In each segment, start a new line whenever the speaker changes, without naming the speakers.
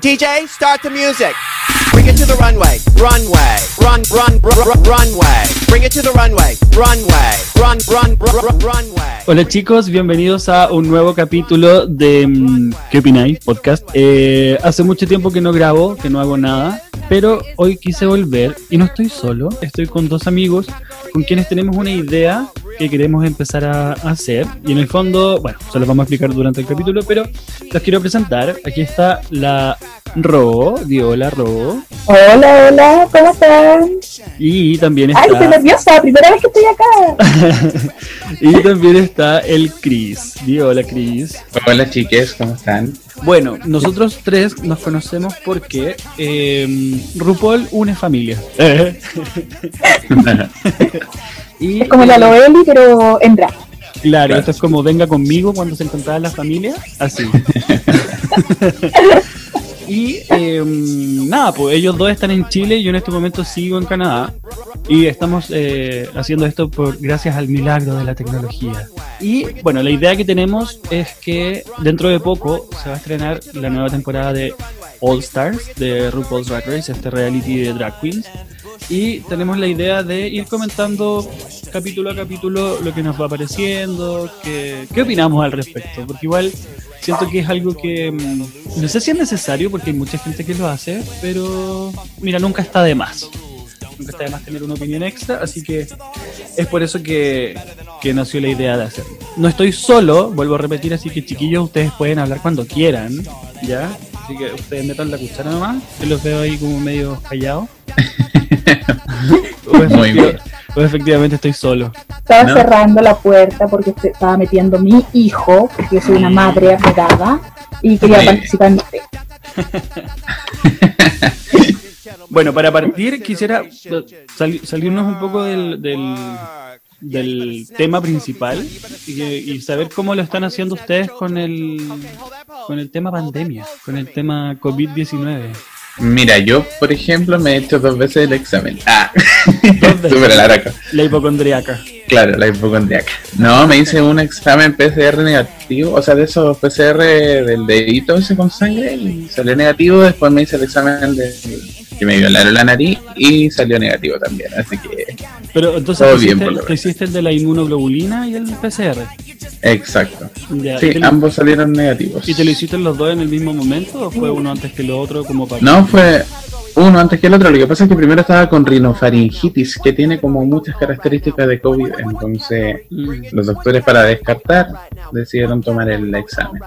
DJ, start the music. Bring it to the runway, runway, run, run, run, run runway. Bring it to the runway, runway, run, run, run, run runway.
Hola chicos, bienvenidos a un nuevo capítulo de mm, ¿Qué opináis? Podcast. Eh, hace mucho tiempo que no grabo, que no hago nada, pero hoy quise volver y no estoy solo, estoy con dos amigos con quienes tenemos una idea que queremos empezar a hacer y en el fondo, bueno, se los vamos a explicar durante el capítulo, pero los quiero presentar. Aquí está la Ro, Diola Ro,
Hola, hola, ¿cómo están?
y también
Ay, estoy
está,
nerviosa, primera vez que estoy acá.
y también está el Chris. Diola Chris.
Hola chiques, ¿cómo están?
Bueno, nosotros tres nos conocemos porque eh, RuPaul une familia. y,
Es como la
eh,
Loeli, pero en drag.
Claro, esto es como venga conmigo cuando se encontraban las familias. Así. y eh, nada, pues ellos dos están en Chile y yo en este momento sigo en Canadá. Y estamos eh, haciendo esto por gracias al milagro de la tecnología. Y bueno, la idea que tenemos es que dentro de poco se va a estrenar la nueva temporada de All Stars de RuPaul's Drag Race, este reality de drag queens. Y tenemos la idea de ir comentando capítulo a capítulo lo que nos va apareciendo, que- qué opinamos al respecto, porque igual siento que es algo que mm, no sé si es necesario porque hay mucha gente que lo hace, pero mira, nunca está de más. Nunca está de más tener una opinión extra, así que es por eso que, que nació la idea de hacerlo. No estoy solo, vuelvo a repetir, así que chiquillos, ustedes pueden hablar cuando quieran, ¿ya? Así que ustedes metan la cuchara nomás, que los veo ahí como medio callados. O
Muy
efectiva-
bien.
o pues, efectivamente estoy solo.
Estaba
No.
cerrando la puerta porque se estaba metiendo mi hijo, porque yo soy una madre apegada, y quería
Sí.
participar en usted.
Bueno, para partir quisiera eh, sali- salirnos un poco del, del, del tema principal y, y saber cómo lo están haciendo ustedes con el, con el tema pandemia, con el tema COVID-19.
Mira, yo por ejemplo me he hecho dos veces el examen. Ah,
veces.
súper laraca.
La hipocondriaca.
Claro, la hipocondriaca. No, me hice un examen PCR negativo, o sea, de esos PCR del dedito ese con sangre, y salió negativo, después me hice el examen de que me violaron la nariz y salió negativo también, así que
Pero entonces
Todo
te
bien,
hiciste,
por lo
te
menos.
hiciste el de la inmunoglobulina y el PCR.
exacto.
Ya, ¿y
Sí,
te lo-
ambos salieron negativos.
¿Y te lo hiciste los dos en el mismo momento o fue uno antes que lo otro como para...
No, fue uno antes que el otro. Lo que pasa es que primero estaba con rinofaringitis, que tiene como muchas características de COVID. Entonces,
Mm,
los doctores, para descartar, decidieron tomar el examen.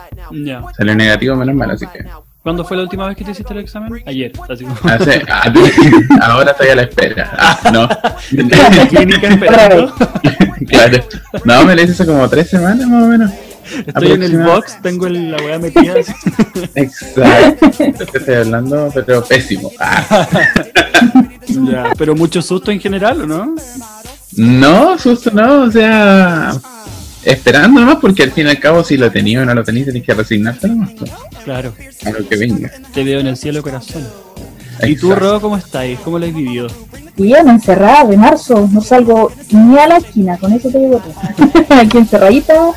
Ya.
Salió negativo, menos mal, así que.
¿Cuándo fue la última vez que te hiciste el examen? Ayer. Así como...
hace- ah, ahora estoy a la espera. Ah, no.
La clínica esperando.
claro. No, me lo hice hace como tres semanas más o menos.
Estoy en el
Aproximado.
box, tengo el- la weá metida. así.
Exacto. Estoy hablando, pero pésimo. Ah.
ya, pero mucho susto en general, ¿o no?
No, susto no, o sea, esperando nomás, porque al fin y al cabo, si lo tenía o no lo tenías, tenés que resignarte nomás pues,
Claro,
a lo que venga.
te veo en el cielo corazón. ¿Y tú,
Exacto.
Rob, cómo estáis? ¿Cómo lo has vivido?
Bien, encerrada de marzo, no salgo ni a la esquina, con eso te digo todo. Aquí encerradita,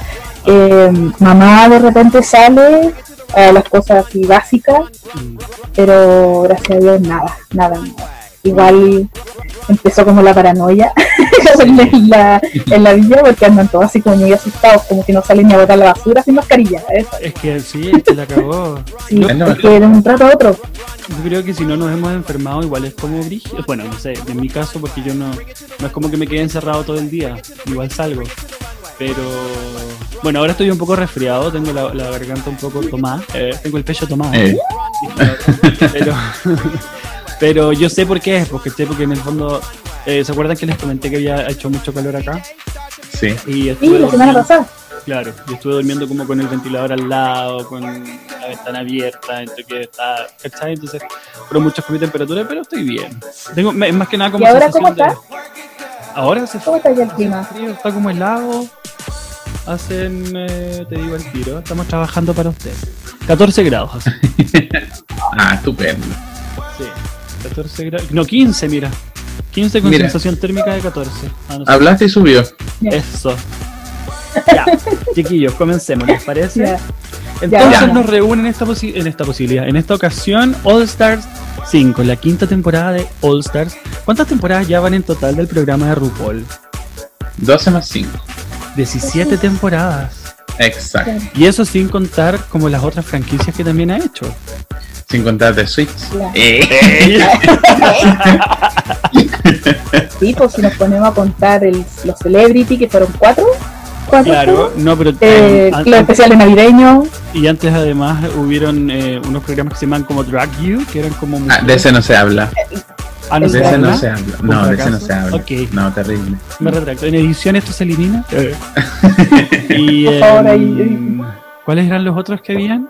eh, mamá de repente sale, a las cosas así básicas,
Mm,
pero gracias a Dios nada, nada. nada. Igual empezó como la paranoia en, la, en la villa porque andan todos así como muy asustados, como que no salen ni a botar la basura sin mascarilla. eso.
Es que sí, te la acabó.
Sí,
Es lo
es que de un rato a otro.
Yo creo que si no nos hemos enfermado, igual es como brígido. Eh, Bueno, no sé, en mi caso, porque yo no. No es como que me quede encerrado todo el día, igual salgo. Pero. Bueno, ahora estoy un poco resfriado, tengo la, la garganta un poco tomada, eh, tengo el pecho tomado.
Eh,
pero, pero yo sé por qué es, porque sé porque en el fondo, eh, ¿se acuerdan que les comenté que había hecho mucho calor acá?
sí,
Y
Sí,
estuve,
la semana
durmiendo,
pasada.
claro, yo estuve durmiendo como con el ventilador al lado, con la ventana abierta, entre que está, ¿cachai? Entonces, pero mucho con mi temperatura, pero estoy bien. Tengo me- más que nada como
¿Y ahora cómo
sensación de- Ahora se
¿Cómo está ya el clima?
frío, está como helado. Hacen, eh, te digo el tiro, estamos trabajando para ustedes. 14 grados, hace.
ah, estupendo.
Sí, 14 grados. No, 15, mira. 15 con
Mira.
sensación térmica de 14. Ah, no sé.
Hablaste y subió.
Eso. Ya, chiquillos, comencemos, ¿les parece?
Ya.
Entonces
Ya.
nos reúnen en esta, posi- en esta posibilidad. En esta ocasión, All Stars 5, la quinta temporada de All Stars. ¿Cuántas temporadas ya van en total del programa de RuPaul?
12 más 5.
17 temporadas.
Exacto.
Y eso sin contar como las otras franquicias que también ha hecho.
Sin contar de Switch.
Ya.
Eh,
Sí, pues si nos ponemos a contar el- los celebrity, que fueron cuatro. cuatro
Claro, no, pero...
Eh,
eh, an-
los especiales navideños.
Y antes además hubieron eh, unos programas que se llaman como Drag You, que eran como...
ah, de ese no se habla.
Ah, no
De
se
ese no
habla.
se habla.
¿Un
No, de ese no
fracaso?
se habla.
Ok.
No, terrible.
Mm.
Me retracto. En edición esto se elimina. y,
Por
em,
favor, ahí, ahí.
¿Cuáles eran los otros que habían?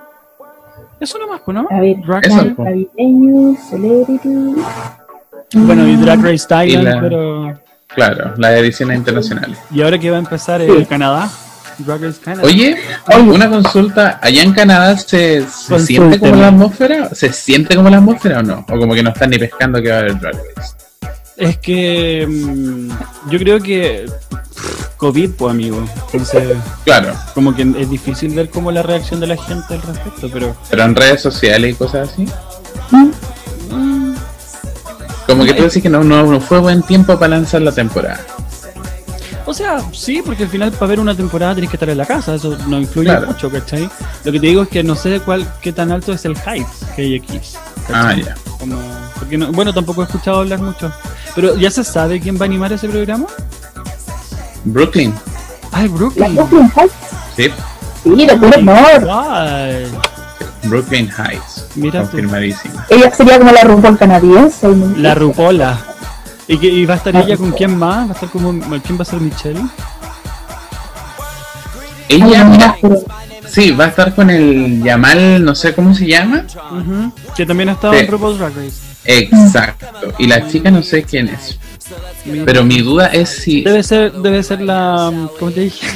Eso nomás, pues, ¿no?
A ver,
Drag
Eso.
Race.
navideños, celebrity.
Bueno, y Drag Race Thailand,
Y la-
pero.
Claro, las ediciones internacionales.
Y ahora que va a empezar eh,
Sí.
Canadá. Drag Race Canadá.
Oye,
Oye.
una consulta. ¿Allá en Canadá se, se
Consúlteme.
siente como la atmósfera? ¿Se siente como la atmósfera o no? O como que no están ni pescando que va a haber Drag Race.
Es que. em, yo creo que. pff, COVID, pues, amigo. Entonces,
Claro,
como que es difícil ver cómo la reacción de la gente al respecto, pero.
pero en redes sociales y cosas así.
Mm,
mm,
Como que tú decís que no, no, no fue buen tiempo para lanzar la temporada.
O sea, sí, porque al final para ver una temporada tenés que estar en la casa, eso no influye
Claro.
mucho, ¿cachai? Lo que te digo es que no sé de cuál, qué tan alto es el hype que hay aquí.
Ah,
¿cachai?
ya.
Como- porque no- bueno, tampoco he escuchado hablar mucho. Pero ¿ya se sabe quién va a animar ese programa?
Brooklyn.
Ah, el
La
Brooklyn.
Brooklyn Heights.
Sí,
Sí, de puro honor.
Guay.
Brooklyn Heights.
Mira tú.
confirmadísima.
Ella sería como la RuPaul canadiense.
La Rupola. ¿Y, que, y va a estar ella con quién más? ¿Va a estar como, quién va a ser Michelle?
Ella,
Ay,
mira,
pero-
sí, va a estar con el Yamal, no sé cómo se llama.
Ujú, Que también ha estado
Sí.
en RuPaul's Drag Race.
Exacto. Y la chica no sé quién es. Pero mi duda es si.
Debe ser, debe ser la... ¿Cómo te dije?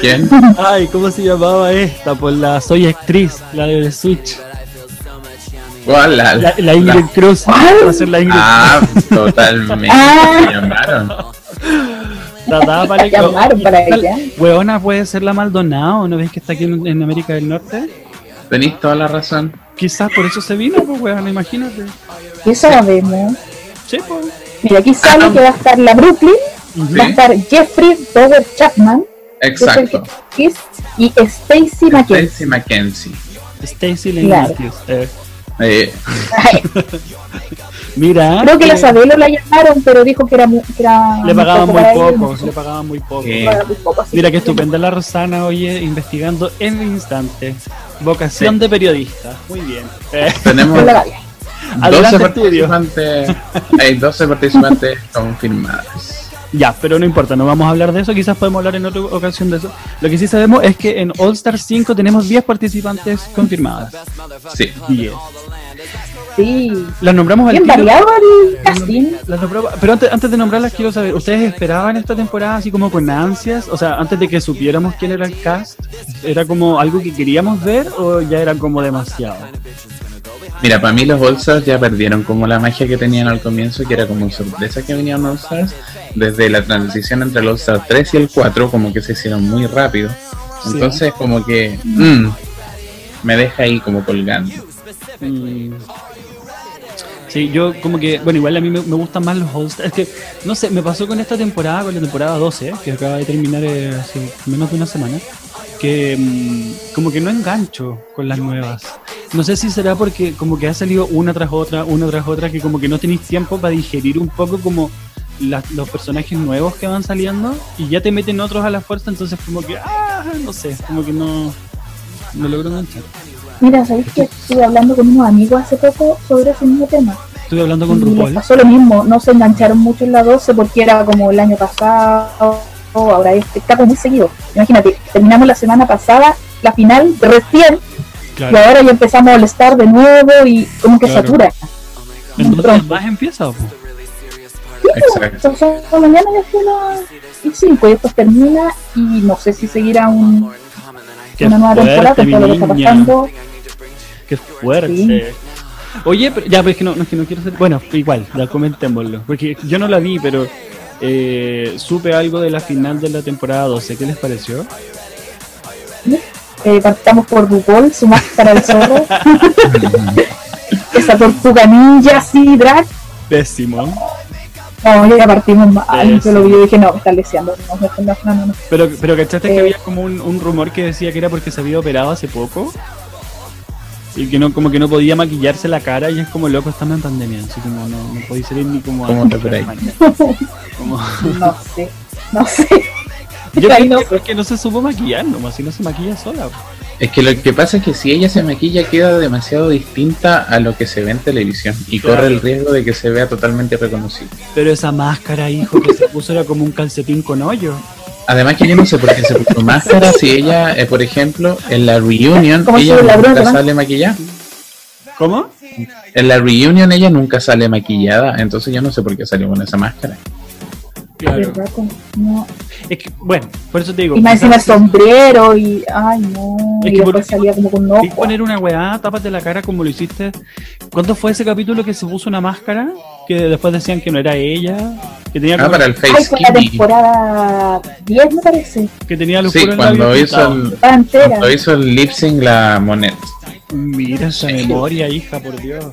¿Quién?
Ay, ¿cómo se llamaba esta? Pues la soy actriz, la de Switch.
¿Cuál? La,
La, la Ingrid Cruz. Va a ser la Ingrid
Ah, totalmente.
Ah.
me llamaron.
Cruz. La daba para el-
Llamaron para
Tal-
ella.
Hueona puede ser la Maldonado, ¿no ves que está aquí en, en América del Norte?
Tenéis toda la razón.
Quizás por eso se vino, pues hueona, imagínate.
¿Qué sabemos?
Sí, pues.
Mira, aquí
Ah,
sale que va a estar la Brooklyn, va a
Sí,
estar Jeffrey Robert Chapman, que es el
exacto.
que es- y Stacy McKenzie.
Stacy Mackenzie.
Stacy Lane
Claro.
Matthews. Eh,
Eh,
mira.
Creo que la
eh,
Sabelo la llamaron, pero dijo que era muy, que era
Le pagaban muy
para ella,
poco,
no
le pagaban muy poco.
Eh.
pagaba muy poco, así
Mira qué
que-
estupenda la Rosana, oye, investigando en el instante. Vocación
Sí.
de periodista. Muy bien. Eh,
tenemos
Con la Gaby.
12
Adelante, estudio.
participantes. Hay 12 participantes confirmadas.
Ya, pero no importa, no vamos a hablar de eso, quizás podemos hablar en otra ocasión de eso. Lo que sí sabemos es que en All Star 5 tenemos 10 participantes confirmadas.
Sí.
10.
Sí.
Las nombramos al
Bien
tiro.
variado el
Las
casting.
nom- las nombramos- pero antes, antes de nombrarlas quiero saber, ¿ustedes esperaban esta temporada así como con ansias? O sea, antes de que supiéramos quién era el cast, ¿era como algo que queríamos ver o ya era como demasiado?
Mira, para mí los bolsas ya perdieron como la magia que tenían al comienzo, que era como sorpresa que venían los Stars. Desde la transición entre los Stars 3 y el 4, como que se hicieron muy rápido.
Sí.
Entonces, como que mm, me deja ahí como colgando.
Mm. Sí, yo como que, bueno, igual a mí me, me gustan más los All-Stars. Es que, no sé, me pasó con esta temporada, con la temporada 12, que acaba de terminar eh, hace menos de una semana, que mm, como que no engancho con las nuevas. No sé si será porque como que ha salido una tras otra, una tras otra, que como que no tenéis tiempo para digerir un poco como las- los personajes nuevos que van saliendo y ya te meten otros a la fuerza, entonces como que, ah, no sé, como que no, no logro enganchar.
Mira, ¿sabéis que estuve hablando con unos amigos hace poco sobre ese mismo tema?
Estuve hablando con
Y les
RuPaul.
pasó lo mismo, no se engancharon mucho en la 12 porque era como el año pasado, ahora este, está como muy seguido. Imagínate, terminamos la semana pasada la final recién y
Claro.
ahora ya empezamos a estar de nuevo y como que
Claro.
satura.
Entonces más empieza. po?
Exacto.
Entonces mañana ya es una y cinco y después termina y no sé si seguirá un-
Qué
una nueva temporada
fuerte,
con
mi
todo lo que está
niña.
pasando.
Qué fuerte.
Sí.
Oye, pero, ya, pero es que no, no, es que no quiero ser. Bueno, igual, ya comentémoslo. Porque yo no la vi, pero eh, supe algo de la final de la temporada 12. ¿Qué les pareció?
eh, partamos por RuPaul, su máscara del zorro. Esa tortuga ninja así, drag.
Pésimo.
No, ya partimos mal.
Sí,
Yo lo
sí.
vi y dije, no, me están leseando. No, no, no, no, no, no.
Pero, pero ¿cachaste que
Eh.
había como un, un rumor que decía que era porque se había operado hace poco? Y que no, como que no podía maquillarse la cara y es como loco, estamos en pandemia, así como no, no podía salir ni como
¿Cómo
antes
te
de la
operáis?
mañana. Como-
No sé, no sé.
Yo
Ay,
creo
no.
que es que no se supo maquillar nomás, si no se maquilla sola.
Es que lo que pasa es que si ella se maquilla queda demasiado distinta a lo que se ve en televisión y
Claro.
corre el riesgo de que se vea totalmente reconocible.
Pero esa máscara, hijo, que se puso era como un calcetín con hoyo.
Además que yo no sé por qué se puso máscara si ella, eh, por ejemplo, en la reunion
¿Cómo
ella
sube la
nunca
broma?
sale maquillada.
¿Cómo?
En la reunion ella nunca sale maquillada, entonces yo no sé por qué salió con esa máscara.
Claro.
¿Verdad? Como- No.
Es que, bueno, por eso te digo.
Y más encima el
quizás-
sombrero y. Ay, no.
Es
Y
que
después
por-
salía como con un
Te
ojo.
poner una weá, tápate la cara como lo hiciste. ¿Cuánto fue ese capítulo que se puso una máscara? Que después decían que no era ella. Que tenía,
Ah,
como-
para el
Ay,
face
fue la
skinny.
temporada 10, me parece.
que tenía los
Sí,
puros
cuando
labios
hizo,
pintados.
el,
Temporada entera.
cuando hizo el lip sync la Monet.
Mira esa
Sí.
memoria, hija, por Dios.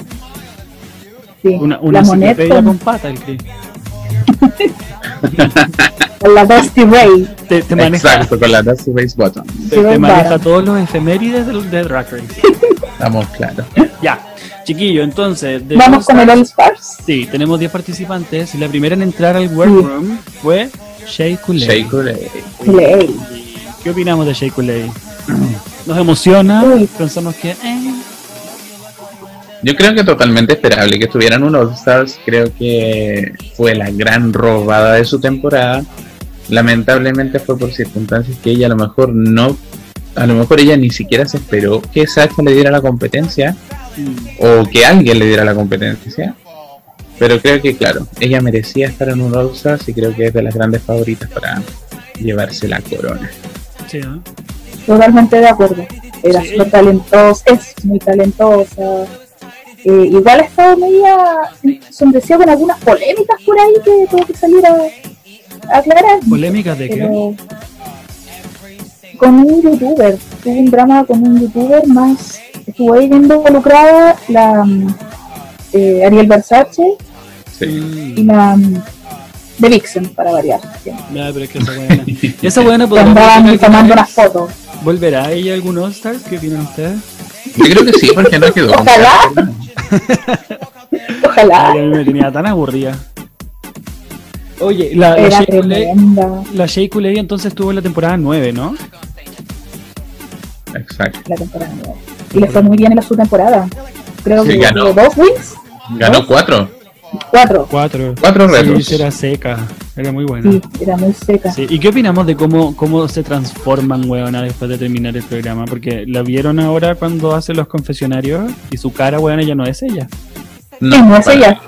Sí.
Una, una
la Monet
enciclopedia con...
con,
pata, el Chris.
con la Dusty Ray.
Te, te maneja,
Exacto, con la Dusty Face Button.
te,
Sí,
te
Bárbara.
maneja todos los efemérides del, de Drag Race.
Estamos claros.
ya, chiquillo, entonces. de
Vamos
Monster-
con el All Stars.
Sí, tenemos 10 participantes y la primera en entrar al workroom fue Shay Kulei.
Shea Coulee.
Play.
¿Qué opinamos de Shay Kulei? Nos emociona,
Uy.
pensamos que... eh,
Yo creo que totalmente esperable que estuvieran unos Stars. Creo que fue la gran robada de su temporada. Lamentablemente fue por circunstancias que ella a lo mejor no, a lo mejor ella ni siquiera se esperó que Sasha le diera la competencia
mm,
o que alguien le diera la competencia. Pero creo que claro, ella merecía estar en un All Stars y creo que es de las grandes favoritas para llevarse la corona.
sí, ¿no?
Totalmente de acuerdo. Era
Sí.
súper talentosa, es muy talentosa. Eh, igual ha estado media sombrecida con algunas polémicas por ahí que tuvo que salir a, a aclarar.
¿Polémicas de qué?
Pero con un youtuber, tuvo un drama con un youtuber más. Estuvo ahí viendo involucrada la mm, eh, Ariel Versace
Sí.
y
Mm,
la mm, de Vixen, para variar. ¿sí?
ya, mm, ah, pero es que esa buena. esa buena
Que
podrá...
andaban difamando las fotos.
¿Volverá ella a algún All-Stars? ¿Qué opinan ustedes?
Yo creo que sí, porque no quedó. con
Ojalá.
cara.
Ojalá.
Ay, a mí me tenía tan aburrida. Oye, la, la
Era
Shea Coulee-
tremenda
la Shea Coulee entonces estuvo en la temporada 9, ¿no?
Exacto.
la temporada nueve. Y le fue muy bien en la subtemporada. Creo
Sí,
que
ganó.
tuvo dos wins,
Ganó cuatro.
cuatro.
4.
Cuatro retos.
Sí, era seca, era muy buena.
Sí, era muy seca.
Sí, ¿Y qué opinamos de cómo, cómo se transforman, weona, después de terminar el programa? Porque la vieron ahora cuando hace los confesionarios y su cara, weona, ya no es ella.
Y no es
para
ella.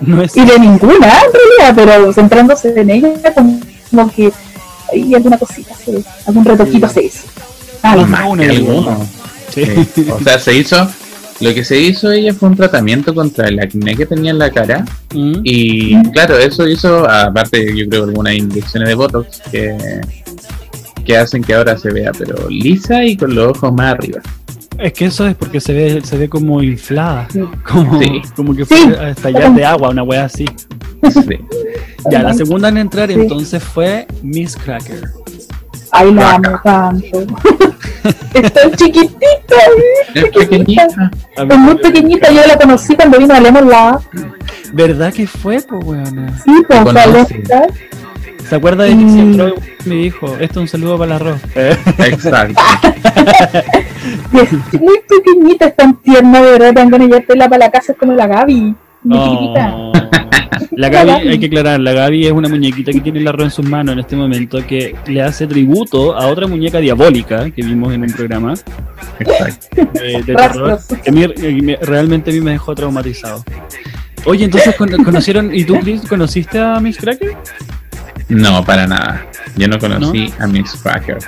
No es
Y de ninguna, en realidad, pero centrándose en ella, como, como que hay alguna cosita, se- algún retoquito
Sí.
se hizo. Ah,
Ajá.
Más que alguno.
Sí.
Sí. O sea, se hizo. Lo que se hizo ella fue un tratamiento contra el acné que tenía en la cara.
Mm.
Y claro, eso hizo, aparte, yo creo, algunas inyecciones de botox que, que hacen que ahora se vea, pero lisa y con los ojos más arriba.
Es que eso es porque se ve, se ve como inflada.
Sí.
Como,
Sí.
como que
Sí.
fue a estallar de agua, una wea así.
Sí.
Ya, la segunda en entrar
Sí.
entonces fue Miss Cracker.
Ay, la
Vaca.
amo tanto. es tan chiquitita, ¿eh?
Es pequeñita.
A mí-
es muy pequeñita. Yo la conocí cuando vino a Lemon Lab.
¿Verdad que fue, po, weona?
Sí, pues,
Te
fue a Lemon
conoces.
Lab.
¿Se acuerda de que
Mm.
siempre me dijo, esto es un saludo para el arroz?
¿Eh? Exacto.
Y es muy pequeñita, es tan tierna, de verdad, tan ganas de llevártela para la casa, es como la Gaby. Muy chiquitita.
No. La Gaby, hay que aclarar, la Gaby es una muñequita que tiene el arroz en sus manos en este momento que le hace tributo a otra muñeca diabólica que vimos en un programa
Exacto.
eh, de terror
Rastros.
que a mí, eh, me- realmente a mí me dejó traumatizado. Oye, entonces cono- conocieron, ¿y tú, Chris, conociste a Miss Cracker?
No, para nada. Yo no conocí a Miss Cracker.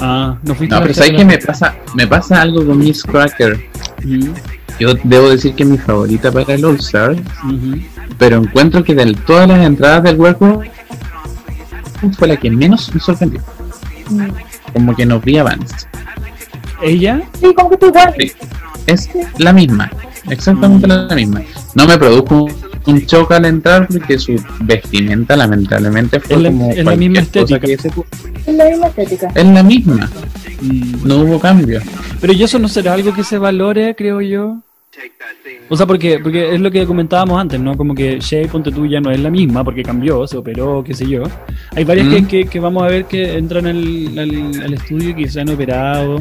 Ah, no fuiste
No,
a
pero
la
¿sabes
charla.
qué me pasa? Me pasa algo con Miss Cracker.
Ujú,
Yo debo decir que es mi favorita para el All Star,
ujú.
pero encuentro que de todas las entradas del workroom fue la que menos me sorprendió.
Mm.
Como que no vi avance.
ella.
Sí, como que estoy igual.
Sí. Es la misma, exactamente
Mm.
la misma. No me produjo un, un choque al entrar porque su vestimenta lamentablemente fue
Es la-
como
es la
cualquier
misma
cosa
estética.
que se puso.
Es la misma estética.
Es la misma,
Mm.
no hubo cambio.
Pero yo eso no será algo que se valore, creo yo. O sea, porque, porque es lo que comentábamos antes, ¿no? Como que Shea, ponte tú, ya no es la misma porque cambió, se operó, qué sé yo. Hay varias
Mm.
que, que, que vamos a ver que entran al, al, al estudio y que se han operado.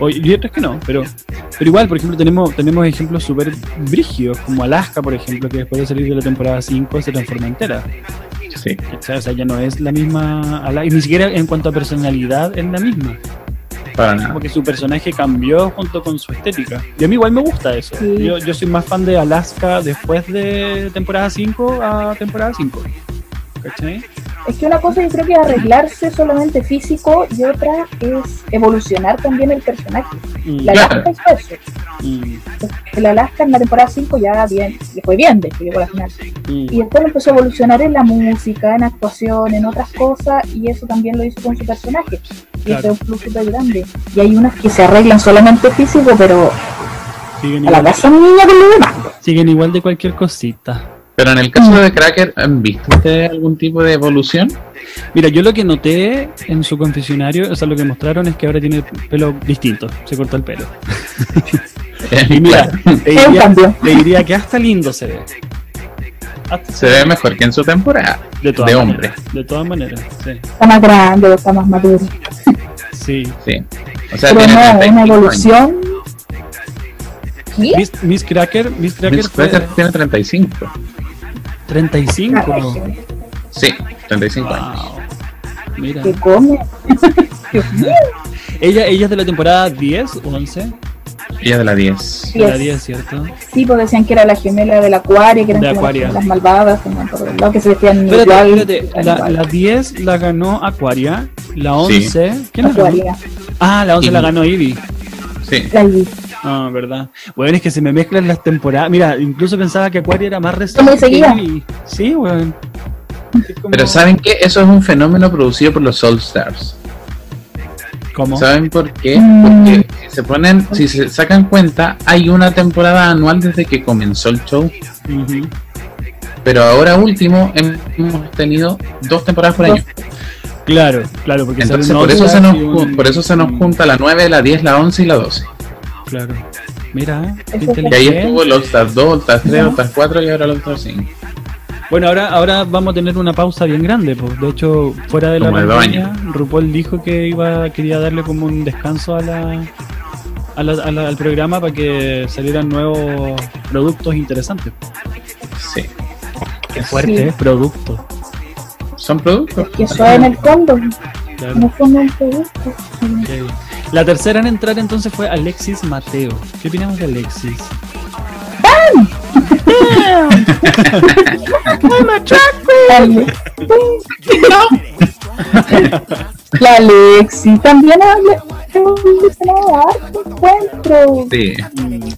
O- y otras que no, pero, pero igual, por ejemplo, tenemos, tenemos ejemplos súper brígidos, como Alaska, por ejemplo, que después de salir de la temporada 5 se transforma entera.
Sí.
¿cachai? O sea, ya no es la misma Alaska, y ni siquiera en cuanto a personalidad es la misma.
Para nada.
Como que su personaje cambió junto con su estética. Y a mí igual me gusta eso.
Sí.
Yo, yo soy más fan de Alaska después de temporada 5 a temporada 5. ¿Cachai?
Es que una cosa yo creo que es arreglarse solamente físico y otra es evolucionar también el personaje.
Mm,
La
Claro.
Alaska hizo eso.
mm,
El Alaska en la temporada 5 ya bien, le fue bien, después llegó a la final.
mm.
Y después lo empezó a evolucionar en la música, en actuación, en otras cosas, y eso también lo hizo con su personaje. Y eso
Claro.
es un plus súper grande. Y hay unas que se arreglan solamente físico, pero
Siguen,
a la
igual,
casa niña con lo demás.
siguen igual de cualquier cosita.
Pero en el caso de Cracker, ¿han visto ustedes algún tipo de evolución?
Mira, yo lo que noté en su confesionario, o sea, lo que mostraron es que ahora tiene pelo distinto. Se cortó el pelo. Y mira, te
Es un
diría,
cambio.
te diría que hasta lindo se ve. Hasta
se ve mejor que en su temporada.
de, todas
de
maneras, De todas maneras, sí.
Está más grande, está más maduro.
Sí.
Sí. O sea,
Pero
tiene
no, es
35
una
años.
evolución. ¿Qué?
Miss, Miss Cracker, Miss Cracker,
Miss
fue
Cracker tiene 35.
Ah, 35.
Sí, 35 años.
Wow. Mira.
que come. Dios mío.
Ella, ella es de la temporada 10 o 11.
Ella de la 10.
De la
Yes.
10, ¿cierto?
Sí, porque decían que era la gemela del acuario, que eran
De
como
Acuaria.
las malvadas, como por el lado que se vestían
Espérate,
igual,
espérate.
eran
La,
igual.
la 10 la ganó Aquaria. La
Sí.
11. ¿Quién la ganó?
Acuaria,
Ah, la 11 la
Ivy.
ganó Ivy.
Sí.
la Ivy.
Ah, verdad. Bueno, es que se me mezclan las temporadas. Mira, incluso pensaba que Aquaria era más reciente.
Como seguida.
que Ivy. Sí, weón. Es como-
Pero ¿saben qué? Eso es un fenómeno producido por los Soul Stars.
¿Cómo?
¿Saben por qué?
Mm.
Porque se ponen, si se sacan cuenta, hay una temporada anual desde que comenzó el show.
Ujú.
Pero ahora último hemos tenido dos temporadas por
Dos.
año.
Claro, claro, porque sale
Entonces
una
por eso,
otra
se nos,
y un-
ju- por eso se nos junta la 9, la 10, la 11 y la 12.
Claro. Mira, qué
Eso fue.
Y ahí
inteligente.
estuvo los Stars 2, los Stars 3, los Stars 4 y ahora los Stars 5.
Bueno, ahora, ahora vamos a tener una pausa bien grande. Pues. De hecho, fuera de la
Como el
pandemia, RuPaul dijo que iba quería darle como un descanso a la, a la- a la- al programa para que salieran nuevos productos interesantes.
Sí.
Qué fuerte, ¿eh? producto.
Son productos.
Que suena en el fondo, no fue un producto.
La tercera en entrar entonces fue Alexis Mateo. ¿Qué opinamos de Alexis?
Dale. La Lexi también habla. habla harto encuentro.
Sí.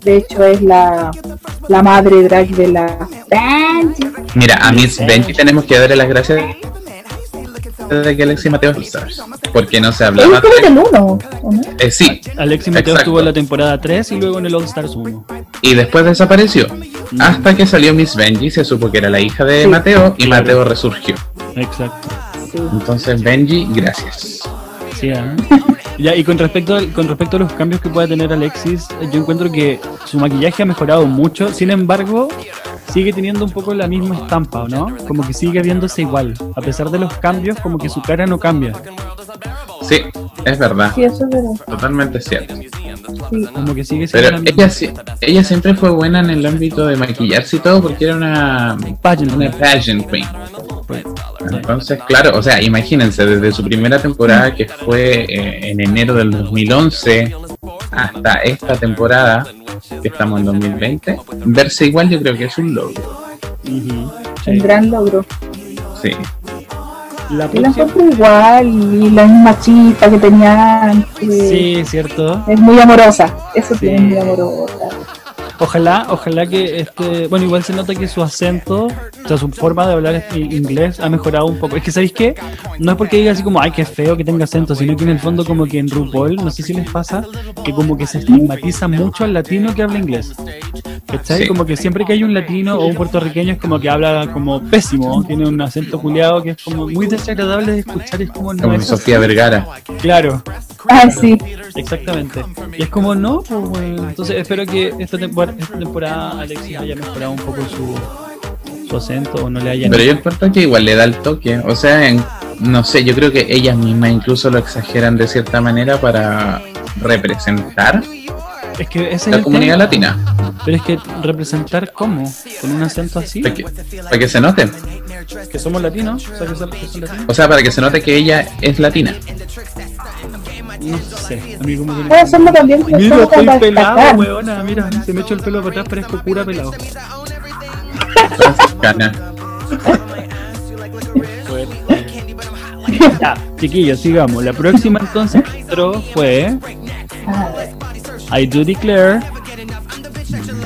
De hecho, es la, la madre drag de la Benji.
Mira, a Miss Benji tenemos que darle las gracias de que Alexi Mateo es All Stars. Porque no se
Él
hablaba.
creo que el uno, ¿o no?
Eh, sí,
Alexis Mateo
Exacto.
estuvo en la temporada 3 y luego en el All Stars 1.
y después desapareció. Hasta que salió Miss Benji, se supo que era la hija de
Sí.
Mateo y Mateo resurgió.
Exacto.
Sí.
Entonces, Benji, gracias.
Sí, ¿ah? ya, y con respecto, al- con respecto a los cambios que pueda tener Alexis, yo encuentro que su maquillaje ha mejorado mucho, sin embargo, sigue teniendo un poco la misma estampa, ¿o ¿no? Como que sigue viéndose igual, a pesar de los cambios, como que su cara no cambia,
Sí, es verdad.
Sí, eso es verdad.
Totalmente cierto.
Sí.
como que sigue siendo
Pero
la misma.
ella, sí- ella siempre fue buena en el ámbito de maquillarse y todo porque era una,
Pageant,
una pageant queen.
pues,
Entonces, claro, o sea, imagínense, desde su primera temporada que fue eh, en enero del 2011 hasta esta temporada, que estamos en 2020, verse igual yo creo que es un logro.
ujú,
Un
sí.
gran logro.
Sí,
La
Yo la
próxima-
encuentro igual y la misma chispa que tenía antes.
Sí, cierto.
Es muy amorosa. Eso
Sí.
sí, es muy amorosa.
Ojalá, ojalá que este. Bueno, igual se nota que su acento, o sea, su forma de hablar este inglés ha mejorado un poco. Es que, ¿sabéis qué? No es porque diga así como, ay, qué feo que tenga acento, sino que en el fondo, como que en RuPaul, no sé si les pasa, que como que se estigmatiza mucho al latino que habla inglés. ¿Cachai?
Sí.
Como que siempre que hay un latino o un puertorriqueño es como que habla como pésimo, tiene un acento culiado que es como muy desagradable de escuchar, es como no
Como
es así.
Sofía Vergara.
Claro.
Ah, sí.
Exactamente. Y es como no, pues, bueno. entonces espero que esta, tempor- esta temporada Alexis haya mejorado un poco su, su acento o no le haya
Pero yo encuentro que igual le da el toque. O sea, en- no sé, yo creo que ellas mismas incluso lo exageran de cierta manera para representar
es que ese es
la
el
comunidad
tema.
latina.
Pero es que representar cómo, con un acento así,
Para que, para que se note.
que somos latinos, o sea, que son- que son latinos.
O sea, para que se note que ella es latina.
no sé, a mí como que no-
Puede serlo también como
Mira, estoy
para destacar.
pelado, weona, mira, se me echó el pelo para atrás, parezco cura pelado.
Franciscana.
Ya, chiquillos, sigamos. La próxima entonces que entró fue
A ver,
I Do Declare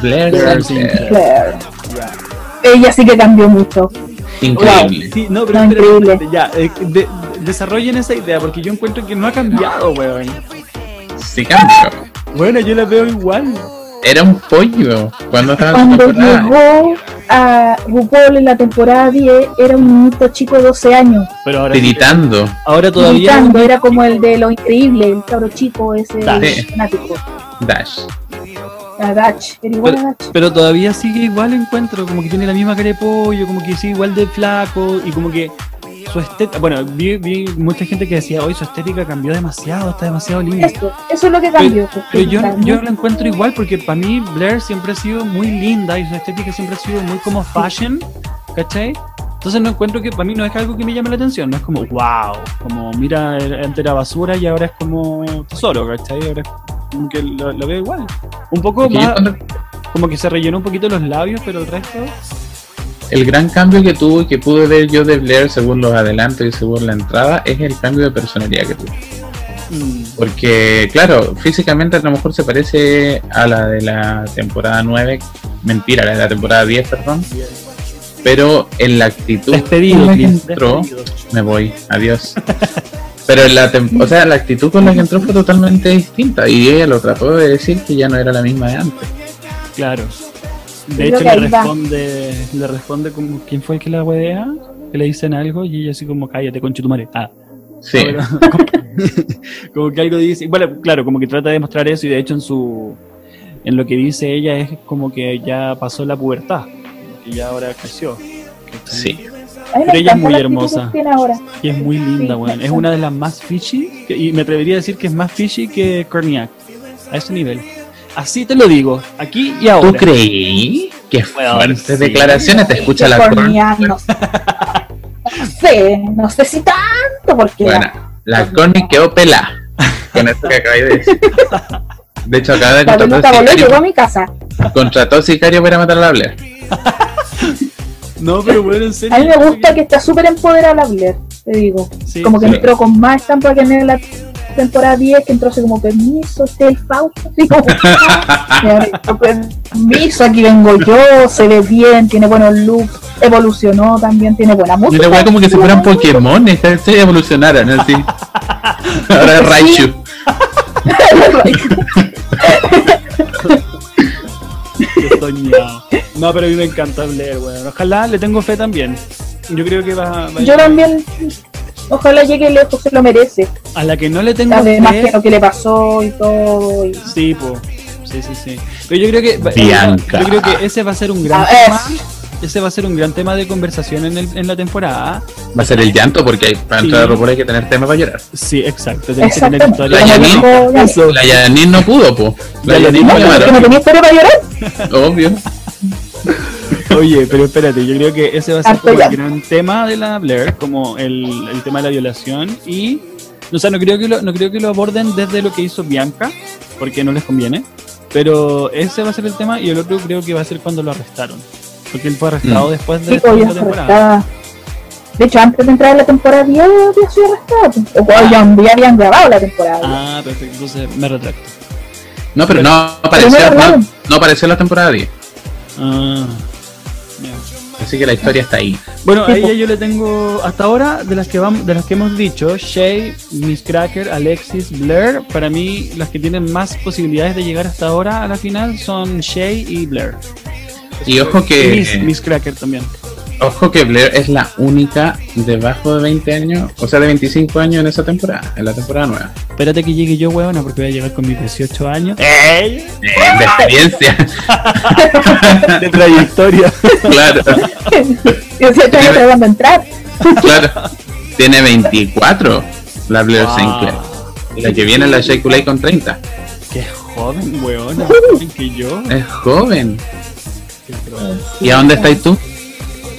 Blair
Blair
Sinclair.
Claire. Ella sí que cambió mucho.
Wow,
Increíble.
sí, no, pero espera,
No, increíble.
espérate, ya, eh, de- desarrollen esa idea porque yo encuentro que no ha cambiado, weón.
Sí, cambio.
Bueno, yo la veo igual.
Era un pollo cuando estaba en la
Cuando
temporada.
llegó a RuPaul en la temporada 10, era un niñito chico de 12 años.
Pero ahora,
Tiritando.
ahora todavía
Gritando, era como el de lo increíble, el cabro chico ese
Dash.
fanático.
Dash.
A Dutch, era igual a
pero,
Dutch.
pero todavía sigue igual encuentro, como que tiene la misma cara de pollo, como que sigue igual de flaco y como que su estética, bueno, vi, vi mucha gente que decía, hoy su estética cambió demasiado, está demasiado libre.
Eso, eso es lo que cambió. pues,
Pero yo,
cambió.
yo la encuentro igual porque para mí Blair siempre ha sido muy linda y su estética siempre ha sido muy como fashion, ¿cachai? Entonces no encuentro que para mí no es algo que me llame la atención, no es como wow, como mira, era- antes era basura y ahora es como tesoro, ¿cachai? Ahora es como que lo, lo veo igual. Un poco
Porque yo
más,
encuentro-
como que se rellenó un poquito los labios, pero el resto...
El gran cambio que tuvo y que pude ver yo de Blair según los adelantos y según la entrada es el cambio de personalidad que tuvo.
mm,
Porque, claro, físicamente a lo mejor se parece a la de la temporada 9, mentira, la de la temporada 10, perdón. Pero en la actitud
Despedido,
con la que
please,
entró,
despedido.
me voy, adiós. Pero en la, tem- o sea, la actitud con la que entró fue totalmente distinta y ella lo trató de decir que ya no era la misma de antes.
Claro. De
Creo
hecho
que
le
ahí va.
responde, le responde como quién fue el que la huevea, que le dicen algo y ella así como cállate con chutumare. Ah.
Sí,
Ahora, como, que, como que algo dice. Bueno, claro, como que trata de demostrar eso y de hecho en su en lo que dice ella es como que ya pasó la pubertad, que ya ahora creció.
sí.
A mí me
pero ella es
encanta
muy
la actitud
hermosa.
que tiene ahora.
Y es muy linda,
Sí,
weón. Es
exacto.
una de las más fishy, que- y me atrevería a decir que es más fishy que Corniak, a ese nivel. Así te lo digo, aquí y ahora.
¿Tú creí? Qué
Weón,
fuertes
sí.
declaraciones, te escucha la corn.
California, no sé. No sé, no sé si tanto, porque
Bueno, la Pues corny quedó pelada con esto que acabáis de decir. De hecho, acaba de
la, la
contratar
pelota voló y llegó a
sicario,
mi casa.
contrató sicario para matar a la Blair.
No, pero bueno, en serio.
A mí me gusta que está súper empoderada la Blair, te digo.
Sí,
como que
sí.
entró con más estampa que en la temporada 10, que entró así como permiso, usted el Fausto, así como, y ahora, permiso, aquí vengo yo, se ve bien, tiene buenos looks, evolucionó también, tiene buena
Y
música.
la weá como que si fueran Pokémon, esta- se evolucionaran así. Ahora es Raichu.
Qué soñado. No, pero a mí me encanta Blair, weón. Ojalá le tengo fe también. Yo creo que va, va a ir-
Yo también, ojalá llegue lejos, se lo merece.
A la que no le tengo
Además que
fe.
lo que le pasó y todo. y-
Sí, po. Sí, sí, sí. Pero yo creo que. va-
Bianca.
Yo creo que ese va a ser un gran
Ah, es.
tema. Ese va a ser un gran tema de conversación en, el- en la temporada.
Va a ser el llanto porque hay- para entrar a RuPaul hay que tener tema para llorar.
Sí, exacto. Tenés que tener
Exactamente.
historia.
La
como
Janine.
dijo Dani.
Eso.
La Yanin no pudo, po. La
La Janine
Yanin no
No, que no
lloró,
tenía historia para llorar.
obvio.
Oye, pero espérate, yo creo que ese va a ser
Harto
como el
Ah, ya.
gran tema de la Blair, como el, el tema de la violación y, o sea, no creo que lo, no creo que lo aborden desde lo que hizo Bianca, porque no les conviene, pero ese va a ser el tema y el otro creo que va a ser cuando lo arrestaron, porque él fue arrestado
Mm.
después de
Sí,
la
pues, ya
segunda
fue
temporada.
arrestada. De hecho, antes de entrar en la temporada 10, había pues. sido arrestado. O, o ya, ya habían grabado la temporada.
Ah, perfecto, entonces me retracto.
No, pero no apareció,
Pero no
no,
hablaron.
no apareció en la temporada 10.
Ah, ya.
Así que la historia está ahí.
Bueno, a
Sí,
ella
po.
yo le tengo hasta ahora de las que vamos, de las que hemos dicho, Shay, Miss Cracker, Alexis, Blair, para mí las que tienen más posibilidades de llegar hasta ahora a la final son Shay y Blair.
Y ojo que. eh,
Miss, Miss Cracker también.
Ojo que Blair es la única debajo de 20 años, o sea, de 25 años en esa temporada, en la temporada nueva.
Espérate que llegue yo, huevona, porque voy a llegar con mis 18 años
Eh, de experiencia,
de trayectoria.
claro,
Yo siempre me pregunto entrar.
claro. Tiene 24 la Blair
Ah,
Sinclair. Y la que viene la Shea Kulei con 30.
Qué joven, huevona, que yo.
Es joven. ¿Y a dónde estáis tú?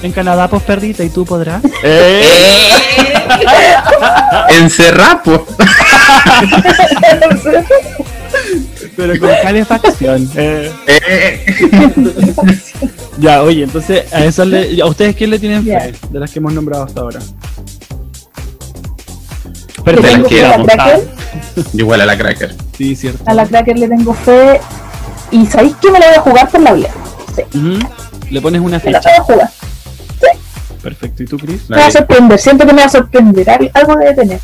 En Canadá, pues perdita, y tú podrás. Eh,
Eh. En Cerrapo.
Pero con calefacción. Eh. Ya, oye, entonces, a esas le- ¿a ustedes quién le tienen fe
Ya.
de las que hemos nombrado hasta ahora?
Yo
te las
tengo fe
quiero
a la
montar.
Cracker,
Igual a la Cracker.
Sí, cierto.
a la Cracker le tengo fe. Y sabéis que me la voy a jugar por la Blair. Sí,
Ujú. Le pones una
me la
ficha.
voy a jugar.
Perfecto. ¿Y tú, Chris?
Me va a
Dale.
sorprender, siento que me va a sorprender. al- Algo debe tener.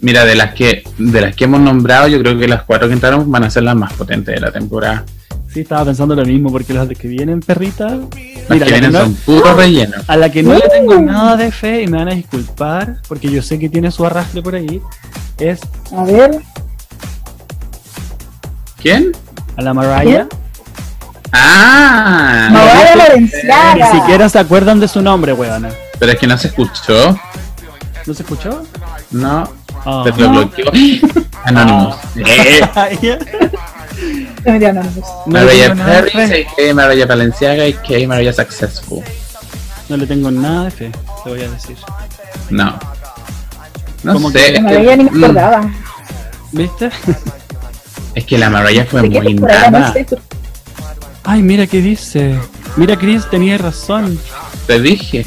Mira, de las que de las que hemos nombrado, yo creo que las cuatro que entraron van a ser las más potentes de la temporada.
Sí, estaba pensando lo mismo, porque las de que vienen, perrita.
Las
Mira,
que
la que
vienen
no-
son puros rellenos.
a la que no le
Uh.
tengo nada de fe, y me van a disculpar, porque yo sé que tiene su arrastre por ahí, es
A ver.
¿Quién?
a la
¿Eh?
Mariah.
Ah,
No vaya
Ni
Valenciaga.
siquiera se acuerdan de su nombre, huevona.
pero es que no se escuchó.
¿No se escuchó?
No,
Ah.
se lo bloqueó. Anonymous. Eh,
Se metió anónimos.
No le
Mariah
tengo nada de
Perry,
fe.
a.k.a. Mariah Balenciaga, a.k.a. Mariah Successful.
No le tengo nada de fe, te voy a decir.
No. No
Como
sé.
que-
es
Me veía ni me
mm,
acordaba.
¿Viste?
es que la Mariah fue
¿De qué
muy
temporada? No
nada.
sé, pero-
Ay, mira qué dice. Mira, Chris, tenía razón.
Te dije.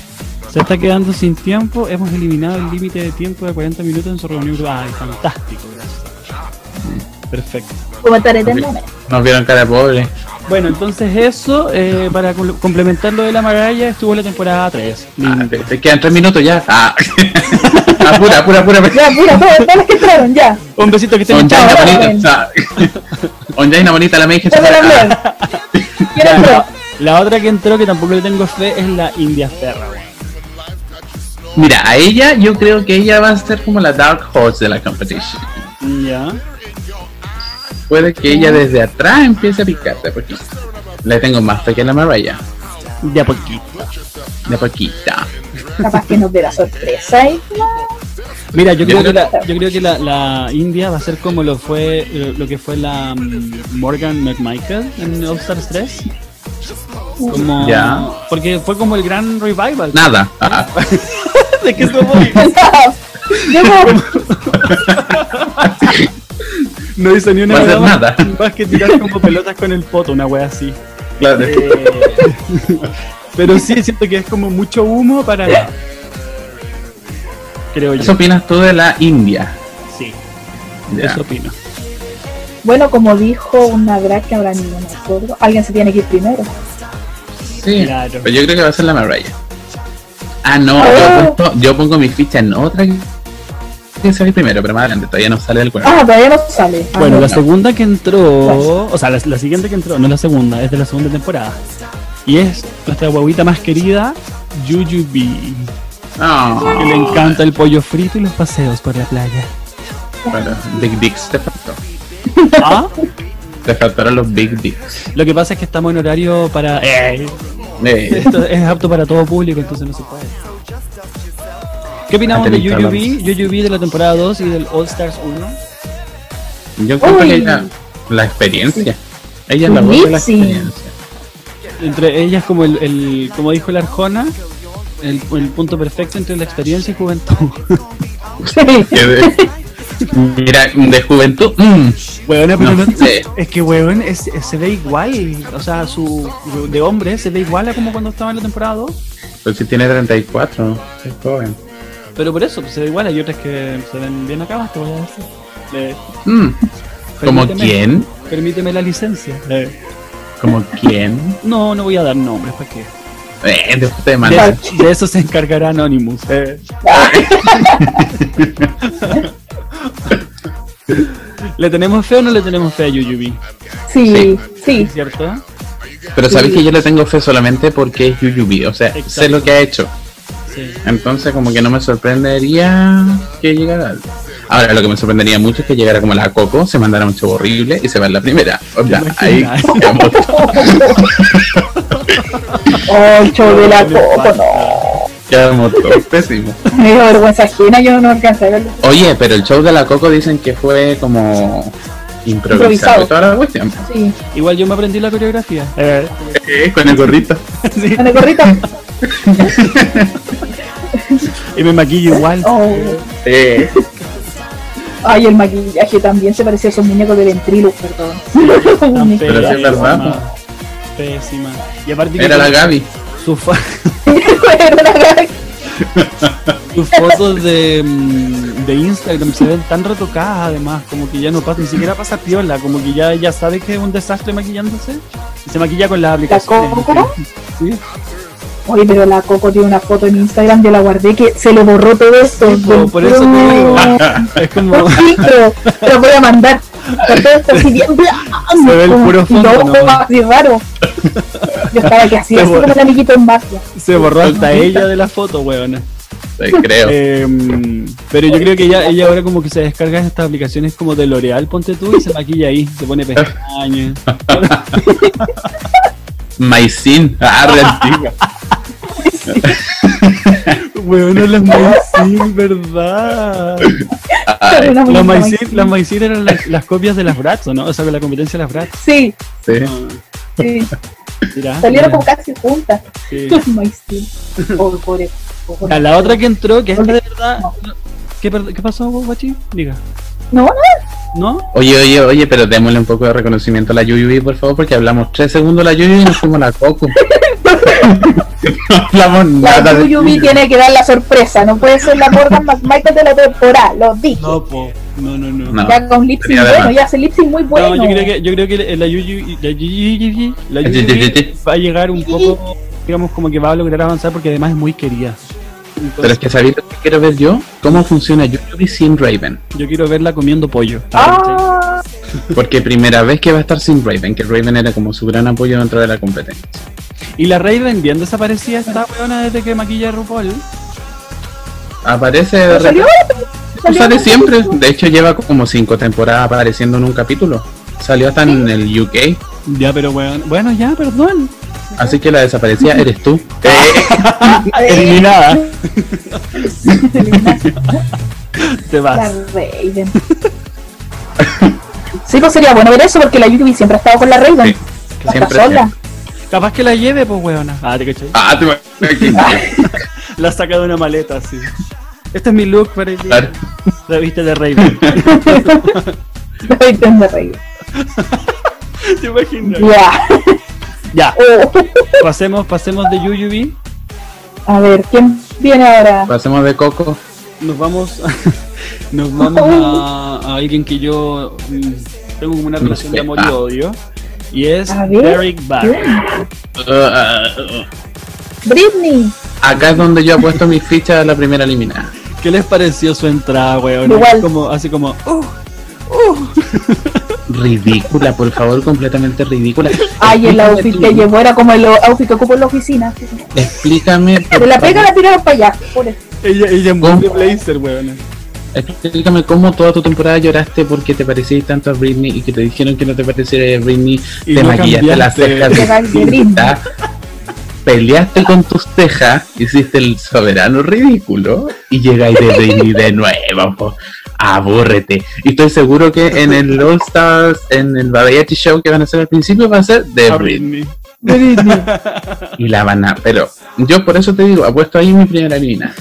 Se está quedando sin tiempo. Hemos eliminado el límite de tiempo de 40 minutos en su reunión. Ay, fantástico, gracias. Perfecto.
Comentaré eternamente.
Nos vieron cara pobre.
Bueno, entonces eso, eh, para col- complementar lo de la Maraya, estuvo la temporada 3.
Ah, te, te quedan tres minutos ya. Ah. apura, apura, apura.
Ya, mira, todas, todas las que entraron, ya.
Un besito que estén
Onjaina
chao,
bonita.
ven.
o sea, Onjaina bonita, la me dije.
Todas la
Ah.
Blair. ¿Quién
Ya,
entró?
la, la otra que entró que tampoco le tengo fe es la India Ferra. güey.
Mira, a ella yo creo que ella va a ser como la Dark Horse de la competition.
Ya.
Puede que ella desde atrás empiece a picarte, porque le tengo más fe que la Mariah,
De a poquito.
de poquita.
Capaz que nos dé la sorpresa y
Mira, yo
Yo
creo que,
creo-
la, yo creo que la, la India va a ser como lo fue lo, lo que fue la mm, Morgan McMichael en All Stars 3. Como,
Ya.
Porque fue como el gran revival.
Nada. Ah,
¿De qué se voy?
Yo como-
No hizo ni una
Va a hacer
hueá
nada.
más- Más que tirar como pelotas con el poto, una wea así.
claro.
Eh, pero sí, siento que es como mucho humo para nada. Creo yo.
¿Qué opinas tú de la India?
Sí,
Ya.
eso opino.
Bueno, como dijo una drag que habrá ninguno de nosotros, alguien se tiene que ir primero.
Sí,
Claro.
pero yo creo que va a ser la Mariah. Ah, no, yo,
Ah.
pongo, yo pongo mi ficha en otra que- que se ve primero, pero más adelante, todavía no sale del cuerpo.
Ah, todavía no sale. Ah,
Bueno,
no.
la segunda que entró, o sea, la, la siguiente que entró, no es la segunda, es de la segunda temporada. Y es nuestra guaguita más querida, Jujubee,
Ah,
que le encanta el pollo frito y los paseos por la playa.
bueno, Big Dicks te faltó.
Ah,
Te faltaron los Big Dicks.
Lo que pasa es que estamos en horario para... Eh,
Eh,
esto es apto para todo público, entonces no se puede. ¿Qué opinamos de
Antes de
Jujubee? Jujubee de la temporada 2 y del All Stars 1.
yo creo
Uy.
que ella, la experiencia. Ella es la voz de la
Mitzi.
experiencia.
Entre ellas, como, el, el- como dijo la Arjona, el, el punto perfecto entre la experiencia y juventud.
Que de- Mira, de juventud. mm,
Huevona, pero no,
No sé.
es que huevón es- es- se ve igual, o sea, su de hombre se ve igual a como cuando estaba en la temporada 2,
Pues si tiene 34, es joven.
pero por eso pues, se ve igual, hay otras que se ven bien acá, te voy a decir. Eh,
Mm, ¿Como
Permíteme-
quién?
Permíteme la licencia. Eh,
¿Como quién?
No, no voy a dar nombres, ¿para qué?
Eh, después te
De,
mandan.
de eso se encargará Anonymous. eh. ¿Le tenemos fe o no le tenemos fe a Yuyubi?
Sí, sí.
¿Es cierto?
Pero sabéis que yo le tengo fe solamente porque es Yuyubi, o sea, sé
Exacto.
lo que ha hecho.
Sí.
Entonces como que no me sorprendería que llegara algo. Ahora lo que me sorprendería mucho es que llegara como la Coco, se mandara un show horrible y se va en la primera. O sea,
imaginas?
ahí quedamos.
Oh, el show de la coco, no.
quedamos todos pésimos.
Me dio vergüenza ajena, yo no alcancé a verlo.
Oye, pero el show de la Coco dicen que fue como improvisado,
Improvisado.
toda la cuestión.
Sí,
Igual yo me aprendí la coreografía. Eh,
Eh, con el gorrito.
sí.
con el gorrito.
Y me maquillo igual.
Oh.
Eh,
Ay, el maquillaje también se parecía a esos muñecos de ventrilo, perdón.
Tan
Pero sí es
pésima,
verdad.
Pésima. Y aparte que
era la Gaby.
sus, fa-
Era una gag.
sus fotos de, mm, de Instagram se ven tan retocadas además, como que ya no pasa, ni siquiera pasa piola, como que ya, ya sabe que es un desastre maquillándose. Y se maquilla con las aplicaciones.
Coco?
Sí.
Oye, pero la Coco tiene una foto en Instagram, yo la guardé que se le borró todo esto.
Sí, po, por eso te digo. Es como.
No filtro, te lo voy a mandar. Pero todo está así bien blanco.
Se ve el
como
puro fondo,
loco,
¿no?
así raro. Yo estaba que así,
Se
así
borra.
como un amiguito en magia.
Se borró hasta ella de la foto, weón.
Sí, creo.
pero yo creo que ella, ella ahora como que se descarga estas aplicaciones como de L'Oreal, ponte tú, y se maquilla ahí, se pone pestañas.
Maicín. Ah, re antigua.
Weón, las Maicin, ¿verdad?
Ay,
Una
Las
bonita
Maicin, las Maicin eran las, las copias de las Bratz, ¿o ¿no? O sea, con la competencia de las Bratz.
Sí,
sí.
Ah,
sí.
mira, mira,
Salieron como casi juntas.
sí.
Maicín. Pobre, pobre, pobre.
A la otra que entró, que esta de verdad... ¿Qué, per- qué pasó, guachi? Diga.
No, no,
¿No?
Oye, oye, oye, pero démosle un poco de reconocimiento a la Yuyubi, por favor, porque hablamos tres segundos de la Yuyubi y nos fuimos a la Coco. no hablamos nada
la
de
Yuyubi tiene que dar la sorpresa. No puede ser la Morgan McMichael de la temporada. Lo dije.
po. No, no, no.
No.
ya con lipsing
Ah, tenía de
bueno,
más.
ya hace lipsing muy bueno.
No, yo creo que, yo creo que la Yuyu, la Yuyu, la Yuyu
Ye, ye, ye, ye.
va a llegar un poco, digamos, como que va a lograr avanzar porque además es muy querida.
Pero es
Entonces,
que sabéis lo que quiero ver yo, cómo funciona Yuyubi sin Raven.
yo quiero verla comiendo pollo.
Ah,
Porque primera vez que va a estar sin Raven, que Raven era como su gran apoyo dentro de la competencia.
Y la Raven bien desaparecida esta weona desde que maquilla a RuPaul.
Aparece de
¿no
repente.
salió?
Pues
¿Salió?
sale siempre. De hecho, lleva como cinco temporadas apareciendo en un capítulo. Salió hasta en el UK.
Ya, pero weón. Bueno, ya, perdón.
Así que la desaparecida eres tú.
Ah,
Eh,
Eliminada. Te
La
vas.
Raven. sí, pues sería bueno ver eso porque la Yuyubi siempre ha estado con la Raven.
Sí,
No está
siempre,
sola.
siempre.
Capaz que la lleve, pues weona. Ah, te caché.
Ah, te imaginas.
La saca de una maleta así. Este es mi look para el día.
Claro.
La viste de Raven.
La Raven de Raven.
Te imaginas.
Ya.
Ya,
Oh.
pasemos, pasemos de Yuyubi.
A ver, ¿quién viene ahora?
Pasemos de Coco.
Nos vamos, nos vamos a, a alguien que yo mm, tengo como una
No
relación
sé.
de amor y
Ah.
odio. Y es
A ver.
Derek Barry.
Uh,
Britney.
acá es donde yo apuesto mis fichas a la primera eliminada.
¿Qué les pareció su entrada, weón?
Igual.
Como, así como, uh,
Ridícula, por favor, completamente ridícula.
Ay, el
Explícame
outfit
tú,
que llevó era como el outfit que ocupo en la oficina.
Explícame.
De
por
la pega
favor,
la tiraron para allá. Por eso.
ella, ella en
¿Cómo?
de blazer, weón.
Explícame cómo toda tu temporada lloraste porque te parecías tanto a Britney y que te dijeron que no te parecieras a Britney,
Y
te
no
maquillaste las
cambiaste.
Te
cejas
cambié
distintas, peleaste con tus cejas, hiciste el soberano ridículo y llegáis de Britney de nuevo. po. Abórrete. Y estoy seguro que en el All Stars, en el Variety Show que van a hacer al principio, va a ser de
A
Britney.
Britney.
Y la van a. Pero yo por eso te digo, apuesto ahí mi primera línea.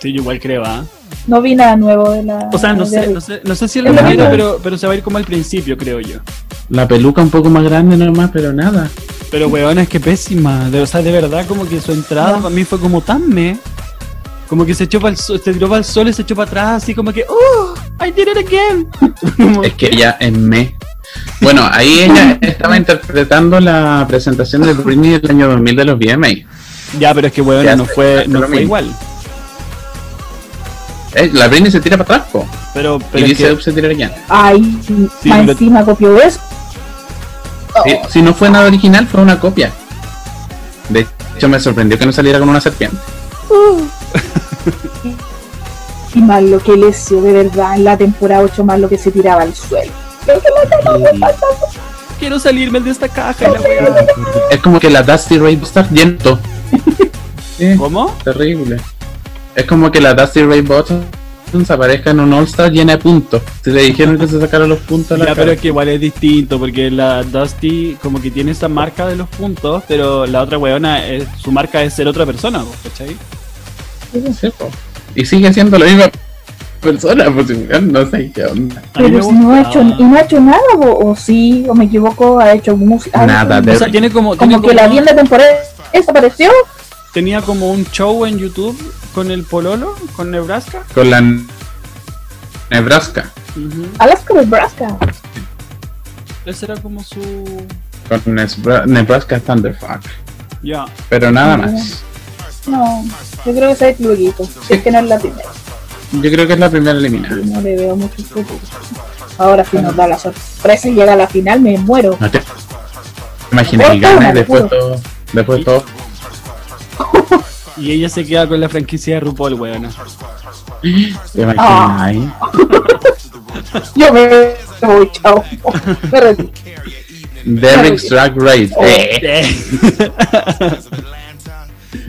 Sí, yo igual creo, ¿ah?
No vi nada nuevo de la.
O sea, no
de
sé,
Britney.
no sé, no sé si
Es
lo
lo
quiero,
mismo.
pero, pero se va a ir como al principio, creo yo.
La peluca un poco más grande nomás, pero nada.
Pero weón, es que pésima. De, o sea, de verdad, como que su entrada para mí fue como tan me. Como que se echó pa'l sol- se tiró para el sol y se echó para atrás, así como que, ¡uh! I did it again.
Es que ella es me. Bueno, ahí ella estaba interpretando la presentación de Britney del año 2000 de los VMA.
ya, pero es que
Ya,
bueno, no
sí,
fue,
hace
no
lo
fue
mismo.
igual.
Eh, la Britney se tira para atrás, po,
Pero,
Y
pero es
dice,
que,
"Ups, se tira again".
Ay, más
pero-
encima copió eso.
Oh.
Sí, si no fue nada original, fue una copia. De hecho, me sorprendió que no saliera con una serpiente.
Uh. y más lo que leció de verdad en la temporada 8, más lo que se tiraba al suelo. Creo que la tengo muy pasada.
quiero salirme de esta caja. y la wea.
Es como que la Dusty Ray Bostar lento. Sí,
¿Cómo?
Oh, terrible. Es como que la Dusty Ray Bostar aparezca en un All-Star llena de puntos. Si le dijeron que se sacaron los puntos a la
Ya,
cara.
pero es que igual es distinto, porque la Dusty como que tiene esa marca de los puntos, pero la otra weona, eh, su marca es ser otra persona, ¿vos ¿cachai?
Sí, po. Y sigue siendo la misma persona, pues no sé qué onda.
A mí me
Pero si no ha
gustaba.
hecho, y no ha hecho nada, o, o sí, o me equivoco, ha hecho música. Ah,
Nada,
O
de-
sea, tiene como, tiene
Como que la vi en la temporada desapareció.
tenía como un show en YouTube con el Pololo, con Nebraska.
Con la Nebraska.
Alaska, Nebraska.
Ese era como su...
Con Nesbra- Nebraska Thunderfuck.
Ya.
Pero
Ah.
nada más.
No, yo creo que ese es el luego. Si es que no es la primera.
Yo creo que es la primera eliminada.
No le veo mucho futuro. Ahora si nos da la sorpresa y llega a la final, me muero.
No te imaginas que gana y después todo. Después todo.
Y ella se queda con la franquicia de RuPaul, weona.
Te imaginas
Ah.
¿eh? ahí.
Yo me voy, chao. Me retiro.
Derek's Drag Race.
Oh.
eh,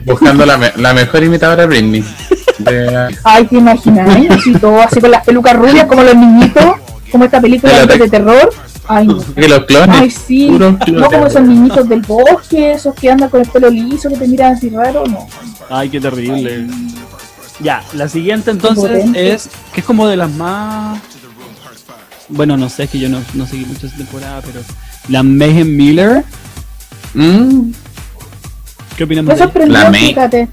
buscando la, me- la mejor imitadora Britney. De-
Ay, te imaginas, ¿eh? Así todo, así con las pelucas rubias, como los niñitos, como esta película
Pero
antes
te-
de terror. Ay, no.
que los clones.
Ay, sí.
puros
No como
clones.
esos niñitos del bosque, esos que andan con el pelo liso, que te miran así raro, no.
Ay, qué terrible. Ya, la siguiente entonces
Potente.
es que es como de las más. Bueno, no sé, es que yo no, no seguí mucho esa temporada, pero. La Mayhem Miller.
Mm,
¿Qué opinamos
Me
de ella?
sorprendió,
La me-
fíjate,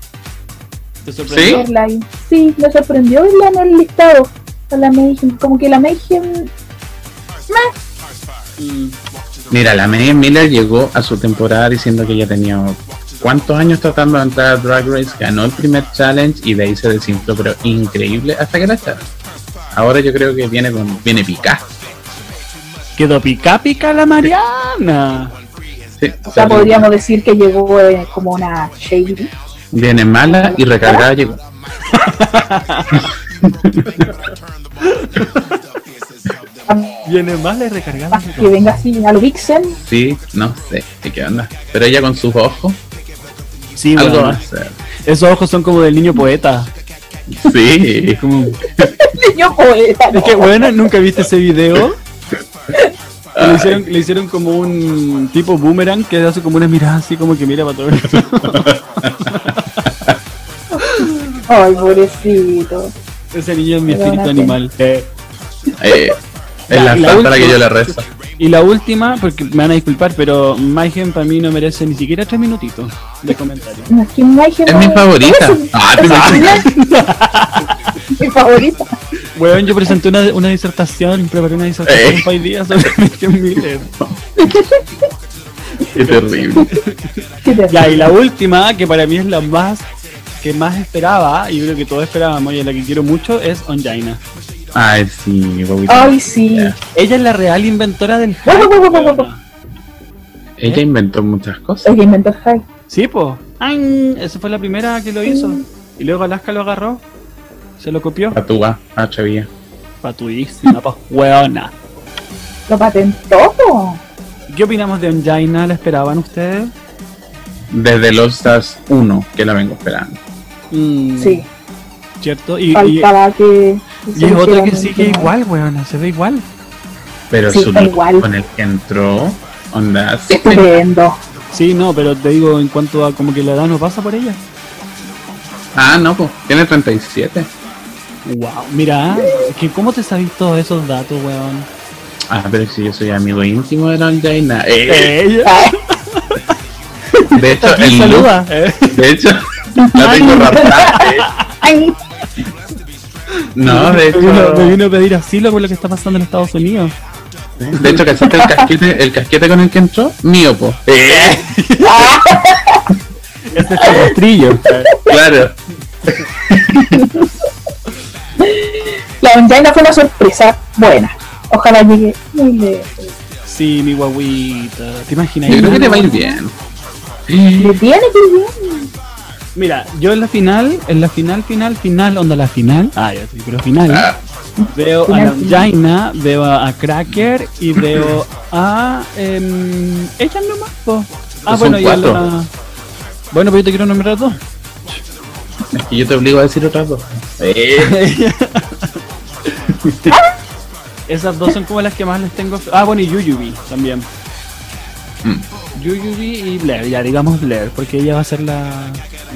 ¿Te sorprendió?
verla ahí. Sí, me sorprendió verla en el listado. A la Mayhem, como que la Mayhem
Mm,
Mira, la Megan Miller llegó a su temporada diciendo que ella tenía cuántos años tratando de entrar a Drag Race, ganó el primer challenge y de ahí se desinfló, pero increíble hasta que la echaron. Ahora yo creo que viene con viene picada.
Quedó pica pica la Mariana.
Sí,
O sea, podríamos decir que llegó eh, como una shady.
Viene mala y recargada llegó.
Viene más la recargada.
Más que venga así a lo Vixen.
Sí, no sé de qué onda. Pero ella con sus ojos,
Sí,
algo va a
weona.
hacer.
Esos ojos son como del niño poeta.
Sí,
Como...
Niño poeta.
Es que,
no.
bueno, nunca viste ese video. Que Le hicieron, le hicieron como un tipo boomerang que hace como una mirada así como que mira para todo el
Ay, pobrecito.
Ese niño es mi espíritu
Perdónate.
animal. Eh,
eh, es
Ya,
la,
y la
santa a la que
última.
yo le rezo.
y la última, porque me van a disculpar, pero Mayhem para mí no merece ni siquiera tres minutitos de comentario.
No, es que Mayhem
Es mi favorita.
Es,
Ah, te
es-
imaginas.
mi favorita.
Weón, yo presenté una, una disertación, preparé una disertación
Eh.
para hoy día sobre Mayhem Miller.
Qué terrible.
Sí, te-
Ya, y la última, que para mí es la más que más esperaba, y yo creo que todos esperábamos, y a la que quiero mucho, es Onjaina.
Ay, sí, bobita.
Ay, sí.
Ella es la real inventora del hype,
Guau, guau, guau, guau,
weona.
guau.
Ella inventó muchas cosas.
El que inventó el high.
Sí, po. ¡Ay! Esa fue la primera que lo hizo. Y luego Alaska lo agarró. Se lo copió.
Patúa, ah, chavilla.
Patudísima, pa' hueona.
Lo patentó. po.
¿Qué opinamos de Onjaina? ¿La esperaban ustedes?
desde los Stars 1 que la vengo esperando.
Mm,
Sí.
¿Cierto? Y, y-
Faltaba que.
y es otra que
se
sigue
hicieran
igual, hueona. Se ve igual.
Pero
Sí,
su
da
look
igual.
con el que entró, onda, sí,
Estupendo.
Sí, no, pero te digo, en cuanto a como que la edad no pasa por ella.
Ah, no, pues tiene 37.
Wow, mira, es que ¿cómo te sabís todos esos datos, weón?
Ah, pero si yo soy amigo íntimo de la Jaina. Eh,
Ella
de hecho,
me
el look,
saluda. eh.
de hecho, la tengo raptada. eh.
Ay,
No, de hecho.
Me vino-
Eh.
me vino a pedir asilo por lo que está pasando en Estados Unidos.
De hecho, ¿cachaste el casquete, el casquete con el que entró? Mío, po. Eh.
Ese Este es el rastrillo.
Claro.
La ventana fue una sorpresa buena. Ojalá llegue muy lejos.
Sí, mi guaguita. ¿Te imaginas?
Yo creo que te va a ir bien.
Le tiene que ir bien.
Mira, yo en la final, en la final, final, final, onda la final. Ah, ya sí, pero final.
Ah,
Veo a
Final,
la
final.
Jaina, veo a Cracker y veo a. em, ella nomás, po. Ah,
Son
bueno, y a
cuatro.
la. Bueno, pero yo te quiero nombrar a dos.
es que yo te obligo a decir otras dos. Eh.
Esas dos son como las que más les tengo. fe- Ah, bueno, y Yuyubi también. Mm. Yuyubi y Blair, ya digamos Blair, porque ella va a ser la,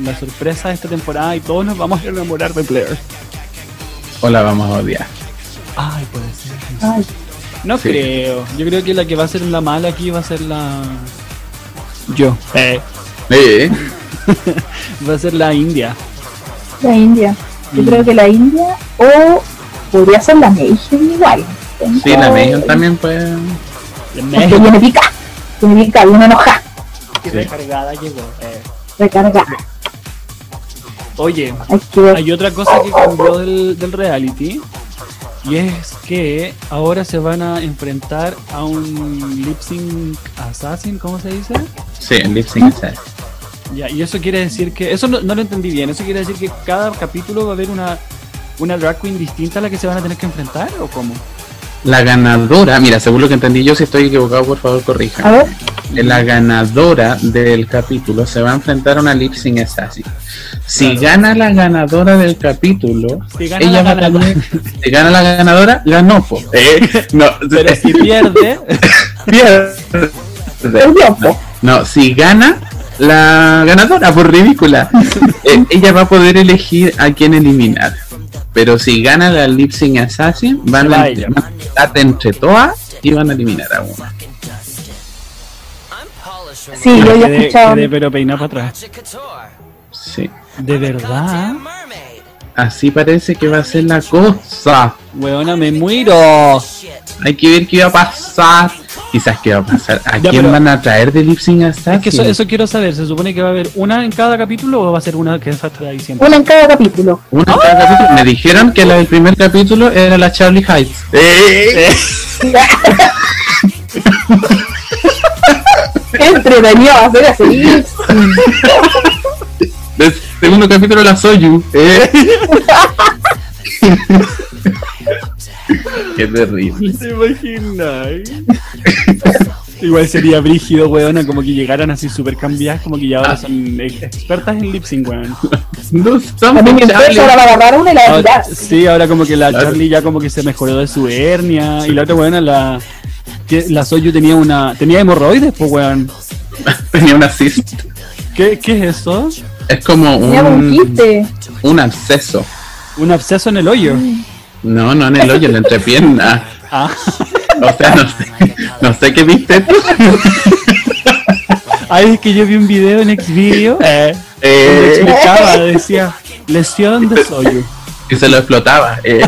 la sorpresa de esta temporada y todos nos vamos a enamorar de Blair.
O la vamos a odiar.
Ay, puede ser.
Ay,
No
Sí.
creo. Yo creo que la que va a ser la mala aquí va a ser la. Yo. Eh,
Eh,
va a ser la India.
la India. Yo
Mm.
creo que la India o podría ser la Mayhem igual.
sí, la Mayon también, pues.
La
Es que viene pica. Viene pica, viene enojada,
Que recargada llegó. Eh.
recargada.
Oye,
Hay que ver.
hay otra cosa que cambió del, del reality. Y es que ahora se van a enfrentar a un lip sync assassin, ¿cómo se dice?
Sí, el lip sync es ese.
Ya, y eso quiere decir que. Eso no, no lo entendí bien. ¿Eso quiere decir que cada capítulo va a haber una, una drag queen distinta a la que se van a tener que enfrentar o cómo?
La ganadora, mira, según lo que entendí yo, si estoy equivocado, por favor,
A
corrija. Eh,
ver,
La ganadora del capítulo se va a enfrentar a una lip sync assassin. Si
Claro.
gana la ganadora del capítulo,
Si gana
ella
la
va a
ganadora.
tener- si gana la ganadora, ganó. po. Eh, no,
Pero si pierde,
pierde.
el tiempo.
No, si gana la ganadora, por ridícula, eh, ella va a poder elegir a quién eliminar. Pero si gana la Lip Sync Assassin, van
Va
a,
ella.
van a date entre todas y van a eliminar a una.
Sí, yo ya he
Quedé-
escuchado.
quedé pero peinado para atrás.
Sí.
De verdad.
Así parece que va a ser la cosa.
Weona, me muero.
Hay que ver qué va a pasar. Quizás qué va a pasar. ¿A
Ya,
quién
pero-
van a traer de Lip Sync Assassin?
Es que eso, eso quiero saber. ¿Se supone que va a haber una en cada capítulo o va a ser una que está ahí siempre?
Una en cada capítulo.
Una en cada capítulo. Me dijeron que la del primer capítulo era la Charlie Heights.
Entretenido va a ser así.
Del segundo capítulo la Soyu. ¿eh? Qué terrible.
¿Se imaginan? Igual sería brígido, weona, como que llegaran así super cambiadas, como que ya ahora son ex- expertas en lip sync, weón.
No
A mí me
somos
interesa, ahora
Charlie.
va a agarrar una y la va a
Ahora-
tirar.
sí, ahora como que la
Claro.
Charlie ya como que se mejoró de su hernia y la otra weona, la, que- la Soyu tenía una tenía hemorroides, pues weón.
Tenía un assist.
¿Qué, ¿Qué es eso?
Es como
Tenía un
un,
quiste.
un acceso.
Un absceso en el hoyo.
No, no en el hoyo, en la entrepierna.
Ah,
O sea, no sé, no sé qué viste.
ay, es que yo vi un video en Xvideo eh, donde
Eh,
explicaba, decía lesión de soyo.
y se lo explotaba. eh.